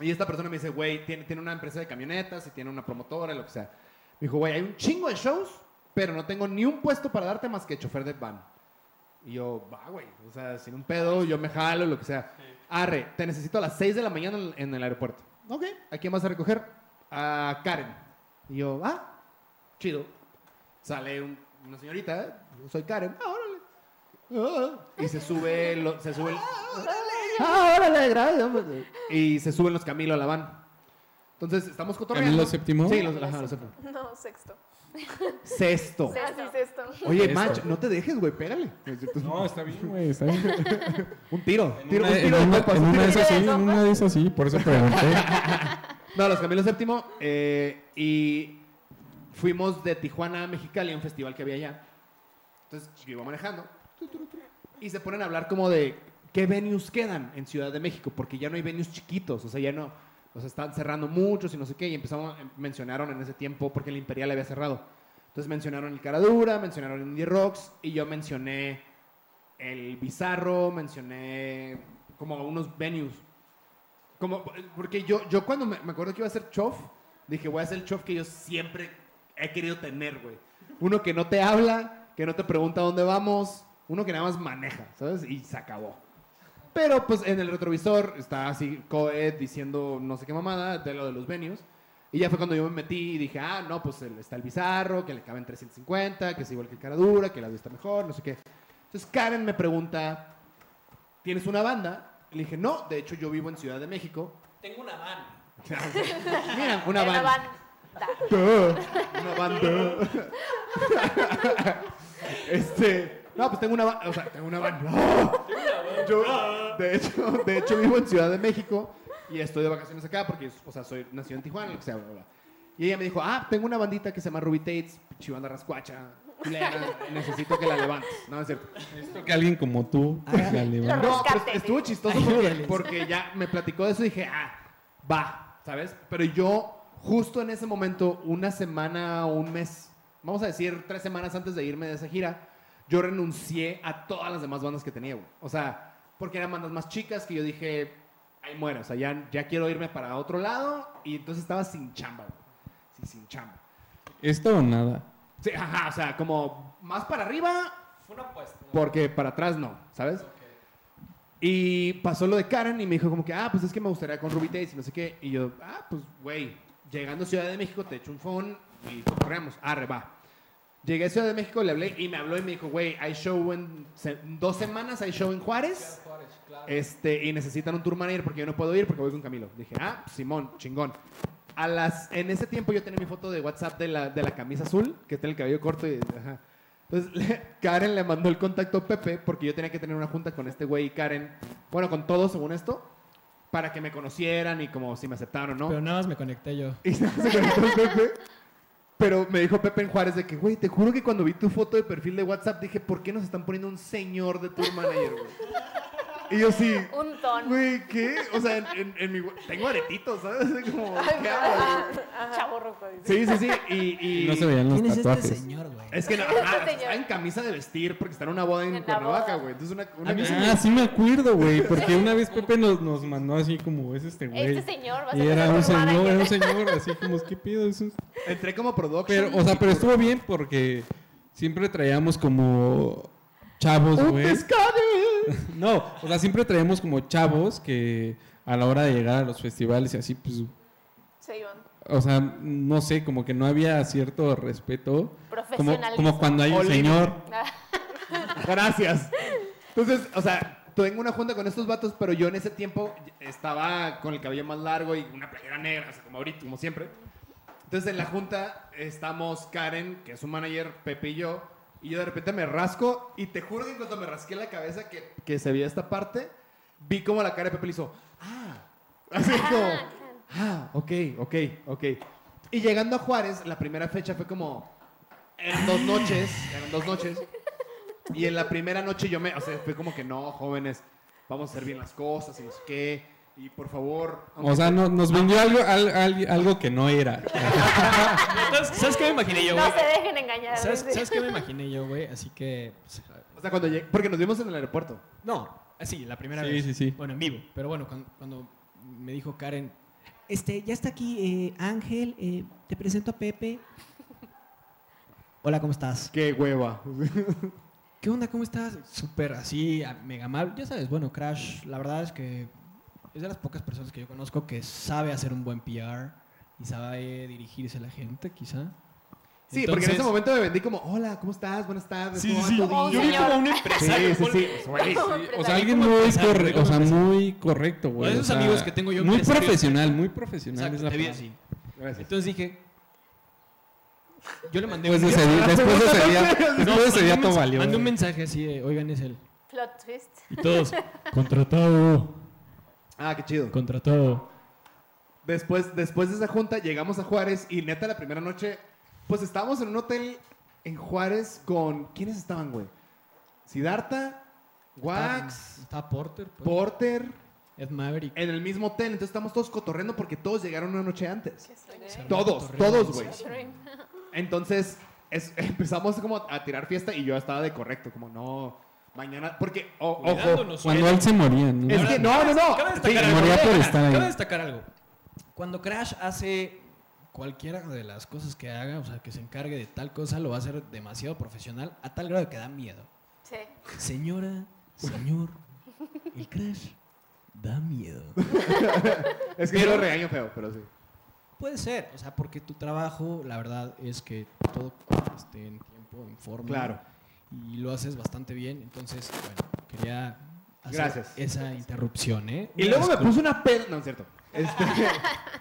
Y esta persona me dice, güey, tiene, tiene una empresa de camionetas y tiene una promotora, lo que sea. Me dijo, güey, hay un chingo de shows, pero no tengo ni un puesto para darte más que chofer de van. Y yo, va, güey, o sea, sin un pedo, yo me jalo, lo que sea. Arre, te necesito a las 6 de la mañana en- en el aeropuerto. Ok, ¿a quién vas a recoger? A Karen. Y yo, ah, chido. Sale un- una señorita, ¿eh? yo soy Karen. Ah, órale. Ah. Y se sube, lo- se sube el... Ah, órale, gracias. Y se suben los Camilo a la van. Entonces, estamos cotorreando. ¿Camilo séptimo? Sí, los, ajá, los séptimo. No, sexto. Sexto. Ah, sí, sexto. Oye, Sexto. Mach, no te dejes, güey, pégale. No, está bien, güey, está bien. Un tiro. tiro Una- un Eh, en tiro de una, copas, en un una tiro de de- esas sí, de en copas. una de esas sí, por eso pregunté. No, los Camilo Séptimo. eh, y fuimos de Tijuana a Mexicali a un festival que había allá. Entonces yo iba manejando. tu, tu, tu, Y se ponen a hablar como de qué venues quedan en Ciudad de México, porque ya no hay venues chiquitos. O sea, ya no. O sea, están cerrando muchos y no sé qué. Y empezaron, mencionaron en ese tiempo, porque el Imperial había cerrado. Entonces mencionaron el Caradura, mencionaron Indie Rocks. Y yo mencioné el Bizarro, mencioné como unos venues. Como, porque yo, yo cuando me, me acuerdo que iba a ser chof, dije, voy a hacer el chof que yo siempre he querido tener, güey. Uno que no te habla, que no te pregunta dónde vamos, uno que nada más maneja, ¿sabes? Y se acabó. Pero pues en el retrovisor está así Coed diciendo no sé qué mamada de lo de los venues. Y ya fue cuando yo me metí y dije, ah, no, pues el- está el bizarro, que le caben 350, que es igual que el cara dura, que la audio está mejor, no sé qué. Entonces Karen me pregunta, ¿tienes una banda? Le dije, no, de hecho yo vivo en Ciudad de México. Tengo una van. Mira, una Era van. banda. Duh. Una banda. este. No, pues tengo una banda. O sea, tengo una banda. Yo, de hecho, de hecho, vivo en Ciudad de México y estoy de vacaciones acá porque, o sea, soy nacido en Tijuana, lo que sea, bla, bla, bla. Y ella me dijo, ah, tengo una bandita que se llama Ruby Tates, chivanda rascuacha, culera, necesito que la levantes. No, es cierto. Esto que alguien como tú la levanta. No, pero rescates. estuvo chistoso porque, porque ya me platicó de eso y dije, ah, va, ¿sabes? Pero yo, justo en ese momento, una semana o un mes, vamos a decir tres semanas antes de irme de esa gira, yo renuncié a todas las demás bandas que tenía, güey. O sea, porque eran bandas más chicas que yo dije, ahí muero, o sea, ya, ya quiero irme para otro lado y entonces estaba sin chamba, güey. Sí, sin chamba. Esto o nada. Sí, ajá, o sea, como más para arriba. Porque para atrás no, ¿sabes? Y pasó lo de Karen y me dijo como que, ah, pues es que me gustaría con Ruby Days y no sé qué. Y yo, ah, pues güey, llegando a Ciudad de México te echo un phone y corremos, arre, va. Llegué a Ciudad de México, le hablé y me habló y me dijo, güey, hay show en, se- en dos semanas, hay show en Juárez. Este, y necesitan un tour manager porque yo no puedo ir porque voy con Camilo. Dije, ah, Simón, chingón. A las, en ese tiempo yo tenía mi foto de WhatsApp de la, de la camisa azul, que tiene el cabello corto y... ajá. Entonces le- Karen le mandó el contacto a Pepe porque yo tenía que tener una junta con este güey y Karen, bueno, con todos según esto, para que me conocieran y como si me aceptaron o no. Pero nada más me conecté yo. Y se conectó el Pepe. Pero me dijo Pepe en Juárez de que, güey, te juro que cuando vi tu foto de perfil de WhatsApp dije, ¿por qué nos están poniendo un señor de tour manager, güey? Y yo sí, Un ton. güey, ¿qué? O sea, en, en- en mi... wa- Tengo aretitos, ¿sabes? Así Como, ¿qué hago? Ajá, ajá. Chavo rojo. Sí, dice. sí, sí. Y, y- No se veían los ¿Quién es este tatuajes. señor, güey? Es que no, Este ajá, señor. está en camisa de vestir porque está en una boda en, En la Cuernavaca, boda. güey. Entonces una... una A mí sí camisa- me- ah, sí me acuerdo, güey, porque una vez Pepe nos, nos mandó así como, es este güey. Este señor va a ser y era un nuestro señor, era un manager. señor, así como, ¿qué pido? Es un- Entré como production. Pero, o sea, pero estuvo bien porque siempre traíamos como chavos, ¡Un güey. pescado! No, o sea, siempre traíamos como chavos que a la hora de llegar a los festivales y así, pues, Se iban. o sea, no sé, como que no había cierto respeto. Como, Profesional. como cuando hay un O límite. señor. Gracias. Entonces, o sea, tengo una junta con estos vatos, pero yo en ese tiempo estaba con el cabello más largo y una playera negra, o sea, como ahorita, como siempre. Entonces en la junta estamos Karen, que es su manager, Pepe y yo, y yo de repente me rasco y te juro que en cuanto me rasqué la cabeza que, que se veía esta parte, vi como la cara de Pepe le hizo, ah, así como, ah, ok, ok, ok. Y llegando a Juárez, la primera fecha fue como, eran dos noches, eran dos noches. Y en la primera noche yo me, o sea, fue como que no, jóvenes, vamos a hacer bien las cosas y no sé qué. Y por favor, O sea, no- nos vendió algo, al- al- algo que no era. ¿Sabes, sabes qué me imaginé yo, No güey? se dejen engañar. ¿Sabes, dice. sabes qué me imaginé yo, güey? Así que. pues, o sea, cuando llegué, porque nos vimos en el aeropuerto. no, así, la primera Sí, vez. sí, sí. Bueno, en vivo. Pero bueno, cuan- cuando, me dijo Karen, este, ya está aquí eh, Ángel, eh, te presento a Pepe. Hola, ¿cómo estás? Qué hueva. ¿Qué onda? ¿Cómo estás? Súper así, a- mega mal. Ya sabes, bueno, Crash, la verdad es que es de las pocas personas que yo conozco que sabe hacer un buen PR y sabe dirigirse a la gente, quizá. Sí, porque en ese Entonces- momento me vendí como, hola, ¿cómo estás? Buenas tardes. Sí, ¿cómo sí, sí. vas? Como un Yo vi señor. como un Sí, empresario. sí, sí. güey. O sea, alguien como muy, empresario, corre- güey, o como sea, empresario. muy correcto, de güey. o esos sea, amigos que tengo yo Muy que les- profesional, muy profesional. Exacto, es la te vi palabra. así. Gracias. Entonces dije, yo le mandé Después de ese día, después de ese día, después de ese día todo valió. mandé un güey. mensaje así de, oigan, es él. Plot twist. Y todos, contratado, Ah, qué chido. contratado. Después, después de esa junta llegamos a Juárez y neta la primera noche, pues estábamos en un hotel en Juárez con... ¿Quiénes estaban, güey? Sidarta, Wax, Está Porter, Ah. pues, Porter, Ed Maverick. en el mismo hotel. Entonces estamos todos cotorreando porque todos llegaron una noche antes. Sergio Todos, Torreón, todos, sí, güey. sí. Entonces es- empezamos como a tirar fiesta y yo estaba de correcto, como no, mañana, porque, o- ojo, Cuidándonos, Cuando güey. él se moría, ¿no? ¿eh? es que no, no, no. Cabe destacar Sí, algo. moría por Cabe estar ahí. cabe destacar algo. Cuando Crash hace cualquiera de las cosas que haga, o sea, que se encargue de tal cosa, lo va a hacer demasiado profesional a tal grado que da miedo. Sí. Señora, señor, el Crash da miedo. es que yo lo regaño feo, pero sí. Puede ser, o sea, porque tu trabajo, la verdad, es que todo esté en tiempo, en forma. Claro. Y lo haces bastante bien, entonces, bueno, quería hacer Gracias. esa interrupción, ¿eh? Y luego me puse una peda. No, es cierto. Este,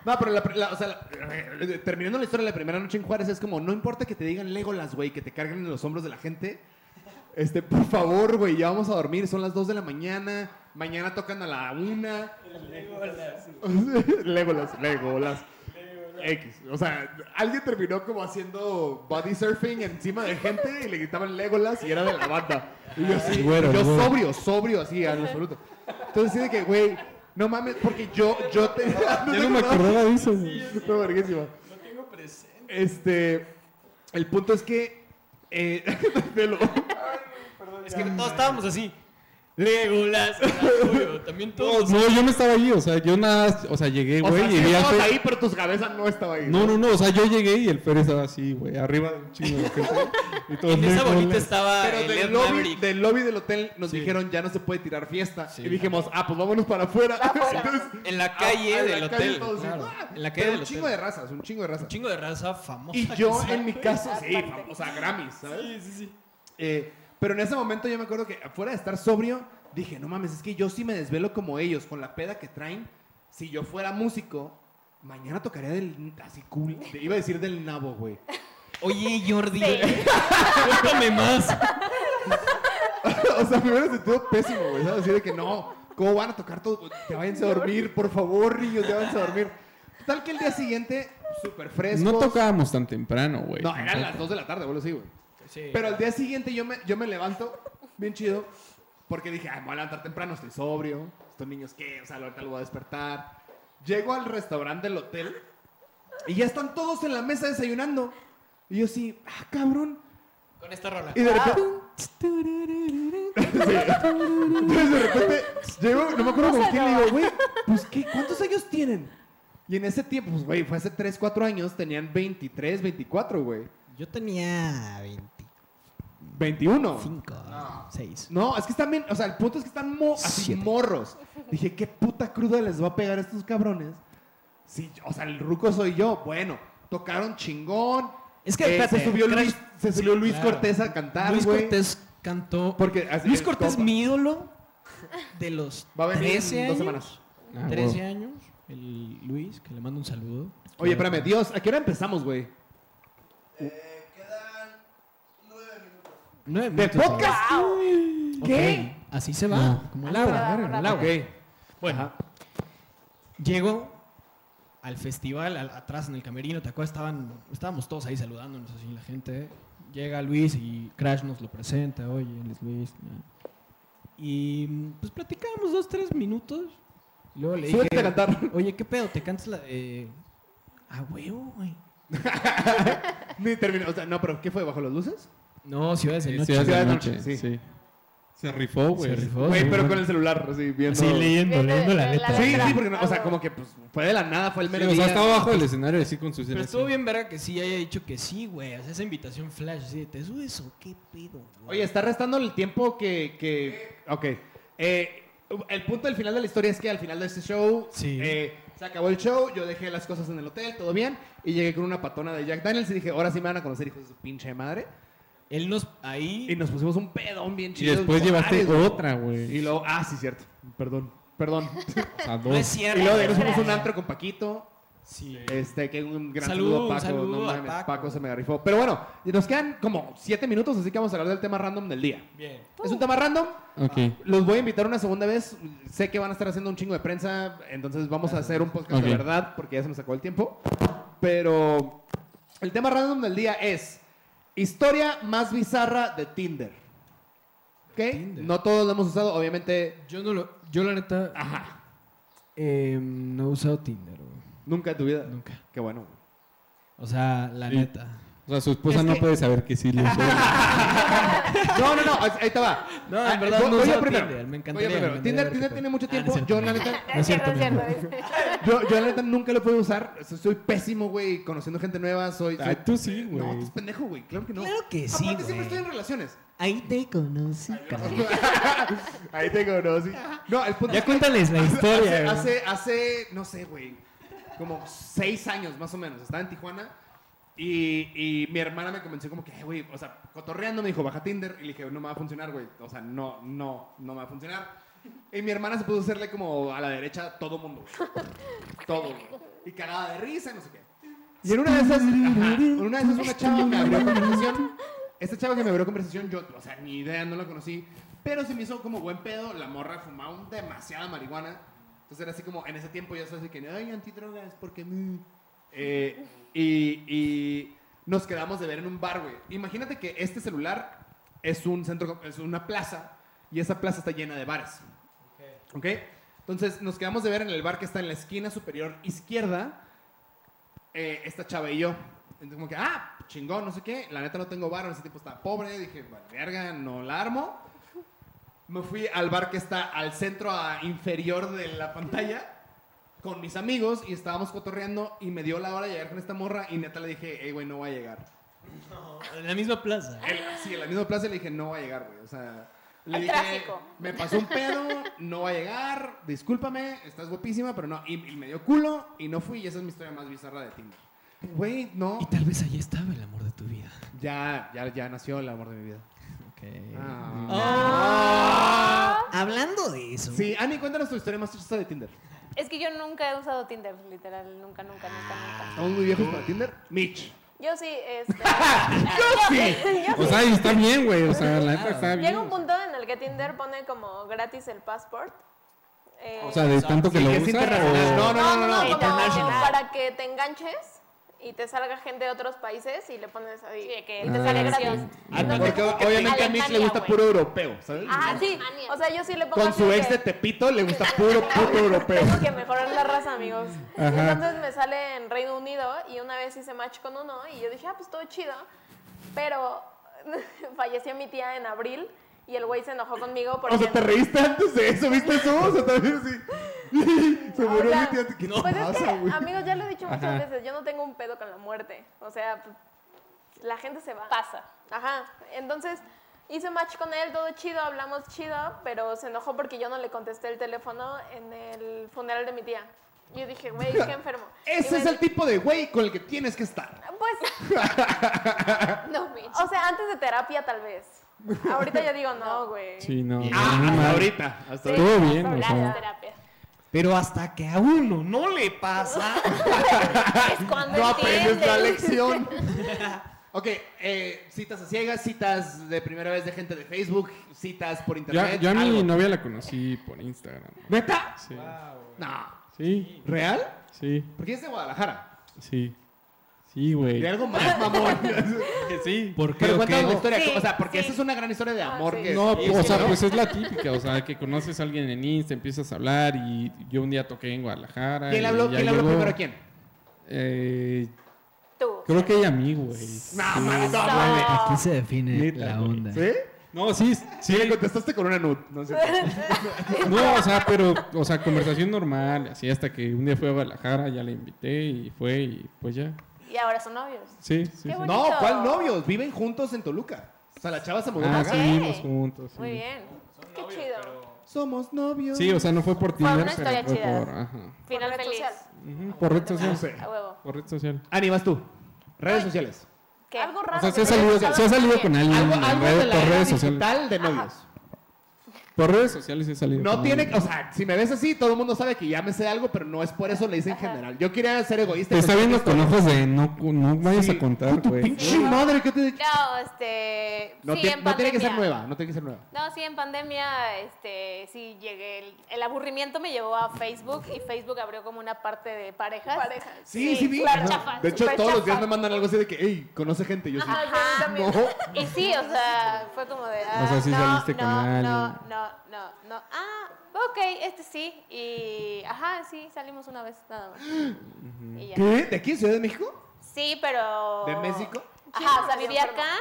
no, pero la, la- o sea, la- terminando la historia de la primera noche en Juárez, es como, no importa que te digan Legolas, güey, que te carguen en los hombros de la gente. Este, por favor, güey, ya vamos a dormir. Son las 2 de la mañana. Mañana tocan a la 1. Legolas. Legolas, Legolas. X. O sea, alguien terminó como haciendo body surfing encima de gente y le gritaban Legolas y era de la banda. Y yo así, El güero, el yo güero. sobrio, sobrio así, al absoluto. Entonces sí de que, güey, no mames, porque yo, yo te... no, Ya te no me acordabas? acordaba de eso. güey. No, verguísima. Este, el punto es que... eh, de lo- Es que todos estábamos así. Legolas, Arturo, también No, todos. no, yo no estaba ahí, o sea, yo nada, o sea, llegué, o sea, güey, sí y vi al estabas Fer- ahí, pero tus cabezas no estaban ahí. No, no, no, o sea, yo llegué y el Fer estaba así, güey, arriba de un chingo de gente. Y todos en esa "Legolas". bonita estaba Pero el Ed del lobby, Maverick. del lobby del hotel nos Sí. dijeron ya no se puede tirar fiesta. y dijimos, ah, pues vámonos para afuera. Entonces, en la a- calle a la del calle hotel. todos así, claro, ¡ah! en la Pero calle del un chingo hotel. de razas, un chingo de razas. Un chingo de raza famosa. Y yo, quizá. en mi caso, sí, o sea, Grammys, ¿sabes? Sí, sí, sí. Eh, pero en ese momento yo me acuerdo que afuera de estar sobrio, dije, no mames, es que yo sí me desvelo como ellos, con la peda que traen. Si yo fuera músico, mañana tocaría del... Así cool. Iba a decir del nabo, güey. Oye, Jordi, Sí. cuéntame más. o sea, me hubiera sentido pésimo, güey. ¿sabes? Así de que no, ¿cómo van a tocar todo? Te váyanse a dormir, por favor, niños, te váyanse a dormir. Tal que el día siguiente, súper fresco. No tocábamos tan temprano, güey. No, eran las 2 de la tarde, boludo, sí, güey. Sí. Pero al día siguiente yo me, yo me levanto, bien chido, porque dije, ay, me voy a levantar temprano, estoy sobrio. Estos niños, ¿qué? O sea, ahorita lo voy a despertar. Llego al restaurante del hotel y ya están todos en la mesa desayunando. Y yo sí, ah, cabrón. Con esta rola. Y de repente... Sí. Entonces de repente llego, no me acuerdo con quién, le digo, güey, pues ¿qué? ¿cuántos años tienen? Y en ese tiempo, pues güey, fue hace 3, 4 años, tenían 23, 24, güey. Yo tenía 25, 21. 6. No, es que están bien, o sea, el punto es que están mo- así Siete. morros. Dije, ¿qué puta cruda les va a pegar a estos cabrones? Sí, o sea, el ruco soy yo. Bueno, tocaron chingón. Es que Eh, se espérate, subió Crash- Luis, se subió sí, Luis claro. Cortés a cantar, Luis güey. Cortés cantó. Porque así Luis es, Cortés, compa. mi ídolo de los Va a venir en 13 dos años. semanas. Ah, 13 güey. años. El Luis, que le mando un saludo. Oye, espérame, Dios, ¿a qué hora empezamos, güey? Nueve ¿De minutos, podcast? ¿sabes? ¿Qué? Ok, Así se va. Como el agua. Ah, como el agua. Ok. Bueno, llego al festival, al- atrás en el camerino, ¿te acuerdas? Estaban, estábamos todos ahí saludándonos así la gente. ¿eh? Llega Luis y Crash nos lo presenta, oye, él es Luis. ¿no? Y mm, pues platicábamos dos, tres minutos. Y Luego le dije, Súbete a cantar. oye, ¿qué pedo? ¿Te cantas la de... Ah, huevo, güey. Ni terminó. O sea, no, pero ¿qué fue? ¿Bajo las luces? No, Ciudades de Sí, Noche. Ciudad de Ciudad la de noche, Noche, sí. sí. Se rifó, güey. Se rifó, Güey, sí, pero bueno. con el celular, así, viendo. Así leyendo, leyendo la letra. Sí, sí, porque, no- o sea, como que pues, fue de la nada, fue el Sí, mero o sea, día. estaba abajo del escenario así con sus Pero estuvo bien verga que sí haya dicho que sí, güey. O sea, esa invitación flash, sí, ¿te subes o qué pedo, güey? Oye, está restando el tiempo que. que... Ok. Eh, el punto del final de la historia es que al final de este show. Sí. eh, se acabó el show, yo dejé las cosas en el hotel, todo bien. Y llegué con una patona de Jack Daniels y dije, ahora sí me van a conocer, hijos de su pinche madre. Él nos... Y Ahí... nos pusimos un pedón bien Y chido. después en llevaste Juárez, güey. otra, güey. Y luego, ah, sí, cierto. Perdón, perdón. O sea, No es dos. y cierto. luego de ahí nos fuimos a un antro con Paquito. Sí. Este, que un gran Saludo, saludo, un a Paco. saludo no a mames, Paco. Paco se me rifó. Pero bueno, nos quedan como siete minutos, así que vamos a hablar del tema random del día. Bien. Es un tema random. Ok. Los voy a invitar una segunda vez. Sé que van a estar haciendo un chingo de prensa, entonces vamos a hacer un podcast Ok. de verdad, porque ya se me sacó el tiempo. Pero el tema random del día es historia más bizarra de Tinder. ¿Ok? Tinder. No todos lo hemos usado, obviamente Yo no lo... Yo la neta... em, no he usado Tinder, güey. nunca en tu vida. Nunca. Qué bueno. güey. O sea, la Sí. neta. O sea, su esposa Es no que- puede saber que sí le No, no, no, ahí ahí te va. No, en Ah, verdad voy- no voy yo usaba primero. Tinder, me Voy yo encantaría, me primero. encantaría Tinder, ver qué Tinder pedo. tiene mucho Ah, tiempo. no es cierto. yo, la neta, No es cierto, es no es cierto. dice. yo, yo, la neta, nunca lo puedo usar. Soy, soy pésimo, güey, conociendo gente nueva. Soy, soy- Ay, tú sí, güey. No, tú eres pendejo, güey. Claro que no. Claro que sí, Aparte, siempre güey. estoy en relaciones. Ahí te conocí. Ahí te conocí. No, el punto es Ya que cuéntales la historia. hace, güey. hace, hace, no sé, güey, como seis años más o menos. Estaba en Tijuana y, y mi hermana me convenció como que, "Ay, güey, o sea, cotorreando me dijo, baja Tinder. Y le dije, no me va a funcionar, güey. O sea, no, no, no me va a funcionar. Y mi hermana se puso a hacerle como a la derecha a todo mundo, güey. Todo, güey. Y cagada de risa y no sé qué. Y en una de esas, ajá, en una de esas una chava me abrió conversación. Esta chava que me abrió conversación, yo, o sea, ni idea, no la conocí. Pero se me hizo como buen pedo. La morra fumaba un demasiada marihuana. Entonces era así como, en ese tiempo ya sabes de que, ay, antidrogas, porque... mm". Eh, y, y nos quedamos de ver en un bar, güey. Imagínate que este celular es un centro, es una plaza. Y esa plaza está llena de bares. ¿Ok? Entonces nos quedamos de ver en el bar que está en la esquina superior izquierda. eh, esta chava y yo. Entonces, como que, ah, chingón, no sé qué. La neta no tengo bar, ese tipo está pobre. Dije, bueno, verga, no la armo. Me fui al bar que está al centro a- inferior de la pantalla con mis amigos y estábamos cotorreando y me dio la hora de llegar con esta morra y neta le dije, hey, güey, no voy a llegar. En la misma plaza. El- sí, en la misma plaza le dije, no va a llegar, güey. O sea, le Hay dije, tráfico. me pasó un pedo, no va a llegar, discúlpame, estás guapísima, pero no. Y, y me dio culo y no fui y esa es mi historia más bizarra de Tinder. Güey, no. Y tal vez ahí estaba el amor de tu vida. Ya, ya, ya nació el amor de mi vida. Ok. Ah. Hablando de eso. Sí, Ani, cuéntanos tu historia más chistosa de Tinder. Es que yo nunca he usado Tinder, literal, nunca, nunca, nunca, nunca. ¿Estamos muy viejos para Tinder? Mitch. Yo sí, este... O sea, y Pues, está bien, güey. O sea, la neta está bien. Llega un punto en el que Tinder pone como gratis el passport. Eh, O sea, de tanto que Sí, lo Oh. que es usa. internacional. o- No, no, no, no. no. como international. para que te enganches y te salga gente de otros países y le pones ahí. Sí, que y te Ah, sale sí. gratis. Ah, porque obviamente a Mitch le gusta puro europeo, ¿sabes? Ah, sí. O sea, yo sí le pongo Con su así ex que- de Tepito le gusta puro puto europeo. Tengo que mejorar la raza, amigos. Ajá. Entonces me sale en Reino Unido y una vez hice match con uno y yo dije, ah, pues todo chido. Pero falleció mi tía en abril y el güey se enojó conmigo porque... O sea, ¿te reíste antes de eso? ¿Viste eso? O sea, también así. Se O murió sea, mi tía. ¿Qué pues es pasa, que, güey? amigos, ya lo he dicho muchas Ajá. veces, yo no tengo un pedo con la muerte. O sea, pues, la gente se va. pasa. Ajá. Entonces hice match con él, todo chido, hablamos chido, pero se enojó porque yo no le contesté el teléfono en el funeral de mi tía. Yo dije, güey, qué enfermo. Y Ese me es el tipo de güey con el que tienes que estar. Pues. no, O sea, antes de terapia, tal vez. Ahorita yo digo, no, güey. Sí, no. Ah, no, hasta no. ahorita. Hasta ahorita. Todo bien, o Gracias, sea. terapia. Pero hasta que a uno no le pasa. Es cuando No aprendes entiendes. la lección. Ok, eh, citas a ciegas, citas de primera vez de gente de Facebook, citas por Yo, internet. yo a mi algo. novia la conocí por Instagram. ¿Neta? Sí. No. Sí, Sí, ¿Real? sí, Porque es de Guadalajara. sí. Sí, De güey. algo más mamón. Sí. ¿Por qué? Pero o cuéntanos la qué? historia. Sí, o sea, porque sí. esa es una gran historia de Ah, amor sí. que... No, Sí, o sí, sea, ¿no? pues es la típica, o sea, que conoces a alguien en Insta, empiezas a hablar y yo un día toqué en Guadalajara. ¿Quién le y habló, ya ¿quién le habló llegó. primero a quién? Eh, Tú. creo que ella a mí, güey. No, mames, no, No. mames. Aquí se define Neta, la güey. onda. ¿Sí? No, sí, Sí, le contestaste con una nud. No sé. No, o sea, pero, o sea, conversación normal, así hasta que un día fue a Guadalajara, ya la invité y fue y pues ya. Y ahora son novios. Sí, sí. Qué sí. bonito. No, ¿cuál novios? Viven juntos en Toluca. O sea, la chava se mudó Ah, para sí, acá. vivimos juntos. sí. Muy bien. Son Qué novios, chido. pero Somos novios. Sí, o sea, no fue por Fue una Tinder, pero historia fue chida. por, ajá. Final Por red feliz. social. Ujú, por red social. No sé. A huevo. Por red social. Ani, vas tú. Redes sociales. ¿Qué? Algo raro. O sea, que se ha te salido, haya se ha salido pasado con alguien Algo, en algo red- de la por era redes sociales. digital de novios. Por redes sociales he salido. No con tiene, o alguien. sea, si me ves así, todo el mundo sabe que ya me sé algo, pero no es por eso le hice en general. Yo quería ser egoísta. Te está viendo esto. con ojos de no, no vayas Sí, a contar, con tu güey. pinche madre, ¿qué te he dicho? No, este. No, sí, tie- en no tiene que ser pandemia. nueva, no tiene que ser nueva. No, sí, en pandemia, este, sí llegué. El, el aburrimiento me llevó a Facebook y Facebook abrió como una parte de parejas. Parejas. Sí, sí, vi. súper Ajá. chafa, de hecho, súper todos los chafa. días me mandan algo así de que, hey, conoce gente. Y yo sí. Ajá, yo también. No. Y sí, o sea, fue como de. Ah, O sea, sí no, saliste con no, alguien. No, no, no, no. Ah, ok, este sí. Y. Ajá, sí, salimos una vez, nada más. Y ya. ¿Qué? ¿De aquí, Ciudad de México? Sí, pero. ¿De México? Ajá, o sea, Sí, no, vivía pero- acá.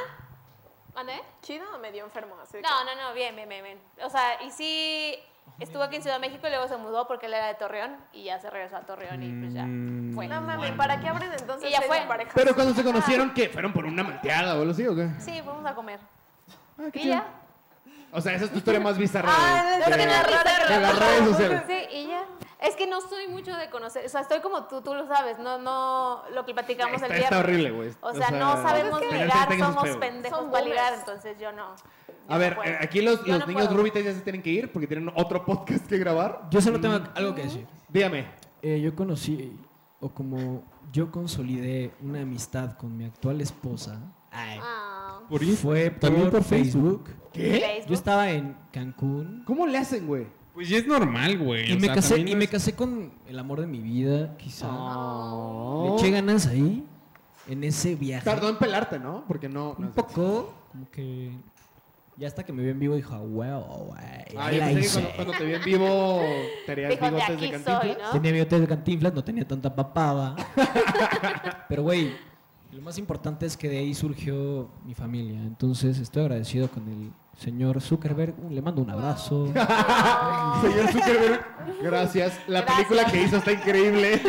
¿Mande? Chido o medio enfermo. Así de No, no, no, bien, bien, bien, bien. O sea, y sí, estuvo aquí en Ciudad de México y luego se mudó porque él era de Torreón y ya se regresó a Torreón y pues ya. Fue. Mm. que, No mames, ¿para qué abren entonces Y ya fue. Facebook pareja? Pero cuando se conocieron, ¿qué? ¿Fueron por una malteada o algo así o qué? Sí, fuimos a comer. Ah, qué Y chido. ya. O sea, esa es tu historia más bizarra. Ah, de- es que de- no es bizarro. de las redes sociales. Sí, y ya. Es que no soy mucho de conocer, o sea, estoy como tú, tú lo sabes, no, no, lo que platicamos Está, el viernes. está horrible, pues güey. O sea, no sabemos tener ligar, gente en esos somos pedos. pendejos Son para ligar, boomers. entonces yo no. A ver, puedo. eh, aquí los, Yo los no niños puedo. rubitas ya se tienen que ir porque tienen otro podcast que grabar. Yo solo tengo algo que decir. Dígame. Eh, yo conocí, o como yo consolidé una amistad con mi actual esposa, Ah, Por Insta. fue También por por Facebook. Facebook. ¿Qué? Facebook. Yo estaba en Cancún ¿Cómo le hacen, güey? Pues ya es normal, güey. y o me, sea, casé, también y no me es- casé con el amor de mi vida, quizá. Ah. Le No. eché ganas ahí, en ese viaje. Tardó en pelarte, ¿no? Porque no. no Un sé. poco, como que... Ya hasta que me vio en vivo dijo, wow, güey, Ah, ahí yo la pensé que hice". cuando, cuando te vi en vivo, te harías Dijo, de bigotes de aquí soy, cantito. ¿no? Tenía bigotes de cantinflas, no tenía tanta papada. Pero, güey, lo más importante es que de ahí surgió mi familia. Entonces, estoy agradecido con el señor Zuckerberg. Uh, Le mando un abrazo. Ah, Señor Zuckerberg, gracias. La Gracias. película que hizo está increíble.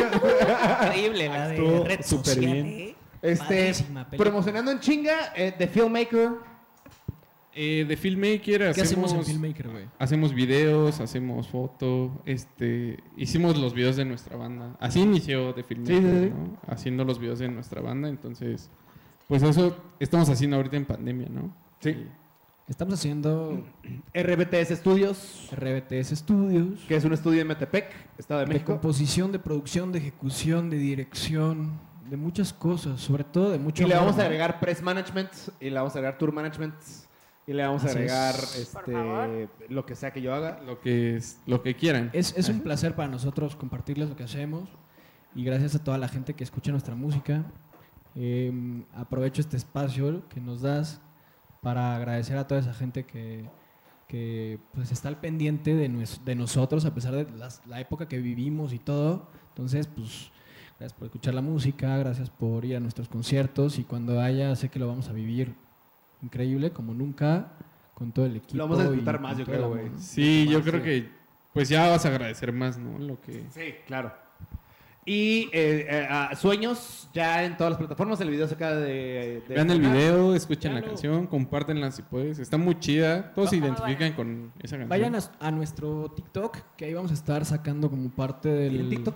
Increíble, la Estuvo súper bien. Este, promocionando en chinga, eh, The Filmmaker. Eh, de Filmmaker ¿Qué hacemos... hacemos en Filmmaker, güey? Hacemos videos, hacemos foto, este, hicimos los videos de nuestra banda. Así inició de Filmmaker, Sí, sí, sí. ¿no? Haciendo los videos de nuestra banda, entonces, pues eso estamos haciendo ahorita en pandemia, ¿no? Sí. Estamos haciendo RBTS Studios, RBTS Studios. que es un estudio en Metepec, Estado de De México. composición, de producción, de ejecución, de dirección, de muchas cosas, sobre todo de mucho Y le amor, vamos a ¿no? agregar press management, y le vamos a agregar tour management, y le vamos a Así es. agregar Por favor. este, lo que sea que yo haga. Lo que es, lo que quieran. Es, es un placer para nosotros compartirles lo que hacemos y gracias a toda la gente que escucha nuestra música. Eh, aprovecho este espacio que nos das para agradecer a toda esa gente que, que, pues, está al pendiente de, nues- de nosotros a pesar de las- la época que vivimos y todo. Entonces, pues gracias por escuchar la música, gracias por ir a nuestros conciertos y cuando haya sé que lo vamos a vivir increíble como nunca con todo el equipo. vamos a y disfrutar más, con yo todo el creo, amor, güey. ¿no? Sí, yo Más, creo sí. que, pues ya vas a agradecer más, ¿no? Lo que... Sí, claro. Y eh, eh, ah, sueños ya en todas las plataformas. El video se acaba de. de Vean el estrenar. video, escuchen la canción, compártenla si puedes. Está muy chida. Todos se identifican con esa canción. Vayan a, a nuestro TikTok, que ahí vamos a estar sacando como parte del. ¿Tienen TikTok?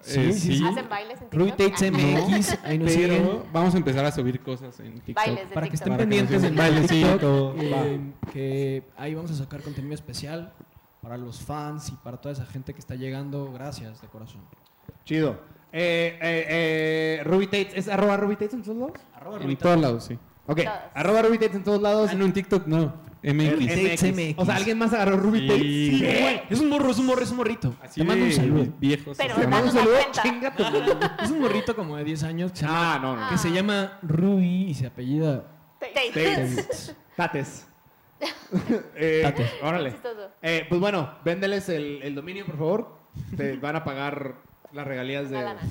Sí, Sí, Eh, sí. sí, sí. ¿Hacen bailes en Ruby TikTok? Ah, Tates MX, ahí nos siguen. Pero vamos a empezar a subir cosas en TikTok. Bailes de Para que TikTok. estén pendientes en Bailecito. Eh, que ahí vamos a sacar contenido especial para los fans y para toda esa gente que está llegando. Gracias de corazón. Chido. Eh, eh, eh, Ruby Tates, ¿es arroba Ruby Tates en todos lados? Arroba En todos lados, sí. Ok, Todos. Ah, arroba Ruby Tates en todos lados. Ah, no, en TikTok no. MX. O sea, alguien más agarró Ruby Sí. Tails. Sí, güey. Es un morro, es un morro, es un morrito. Así Te mando un de saludo. Viejos. Pero así, danos ¿no? Un la saludo, cuenta. chinga tu madre. Es un morrito como de 10 años que, se llama, Ah, no, no. que se llama Ruby y se apellida Tails. Tails. Tates. Eh, Tates. Órale. Chistoso. Eh, pues bueno, véndeles el, el dominio, por favor. Te van a pagar las regalías de. Una lana.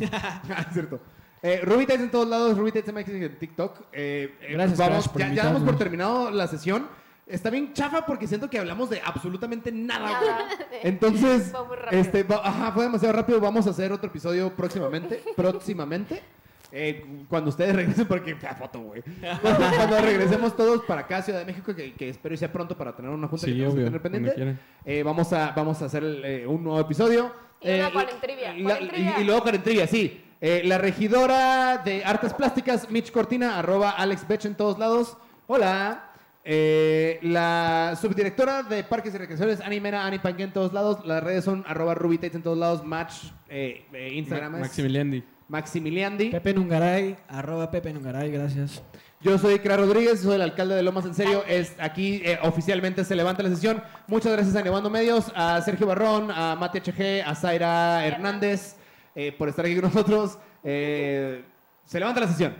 Ah, es cierto. Eh, Ruby Tates en todos lados, Ruby Tates MX en TikTok. Eh, eh, Gracias, vamos, Crash, por ya, ya damos invitarnos. por terminado la sesión. Está bien chafa porque siento que hablamos de absolutamente nada. güey. Nada. Entonces, Fue muy rápido. este, va- ajá, fue demasiado rápido. Vamos a hacer otro episodio próximamente. próximamente. Eh, cuando ustedes regresen, porque ah, foto, güey. Cuando, cuando regresemos todos para acá, Ciudad de México, que, que espero y sea pronto para tener una junta Sí, que tenemos que obvio, tener cuando pendiente. quieran. Eh, vamos, a, vamos a hacer eh, un nuevo episodio. Y una Eh, cuarentrivia, la- cuarentrivia. Y, y luego cuarentrivia, sí. Eh, la regidora de Artes Plásticas, Mitch Cortina, arroba Alex Bech en todos lados. Hola. Eh, la subdirectora de Parques y Recreaciones, Ani Mena, Ani Panque en todos lados. Las redes son arroba Ruby Tate en todos lados. Match, eh, eh, Instagram Ma- es Maximiliandi. Maximiliandi. Pepe Nungaray, arroba Pepe Nungaray, gracias. Yo soy Clara Rodríguez, soy el alcalde de Lomas en serio. Es aquí eh, oficialmente se levanta la sesión. Muchas gracias a Nevando Medios, a Sergio Barrón, a Mati HG, a Zaira Hernández eh, por estar aquí con nosotros. Eh, se levanta la sesión.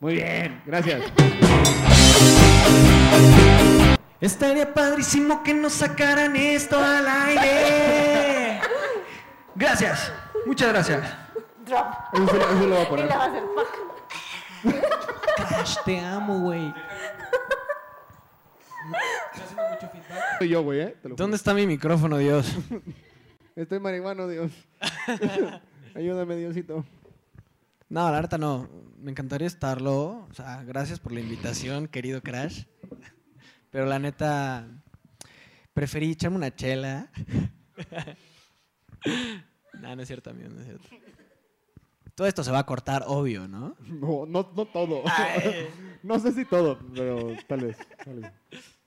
Muy bien, gracias. Estaría padrísimo que nos sacaran esto al aire. Gracias, muchas gracias. Drop. Eso, se lo- eso lo voy a Y poner. la vas a hacer. fuck. Crash, te amo, güey. Soy yo, güey, ¿eh? Te lo juro. ¿Dónde está mi micrófono, Dios? Estoy marihuano, Dios. Ayúdame, Diosito. No, la neta no. Me encantaría estarlo. O sea, gracias por la invitación, querido Crash. Pero la neta, preferí echarme una chela. no, no es cierto, amigo, no es cierto. Todo esto se va a cortar, obvio, ¿no? No, no, no todo. no sé si todo, pero tal vez. tal vez.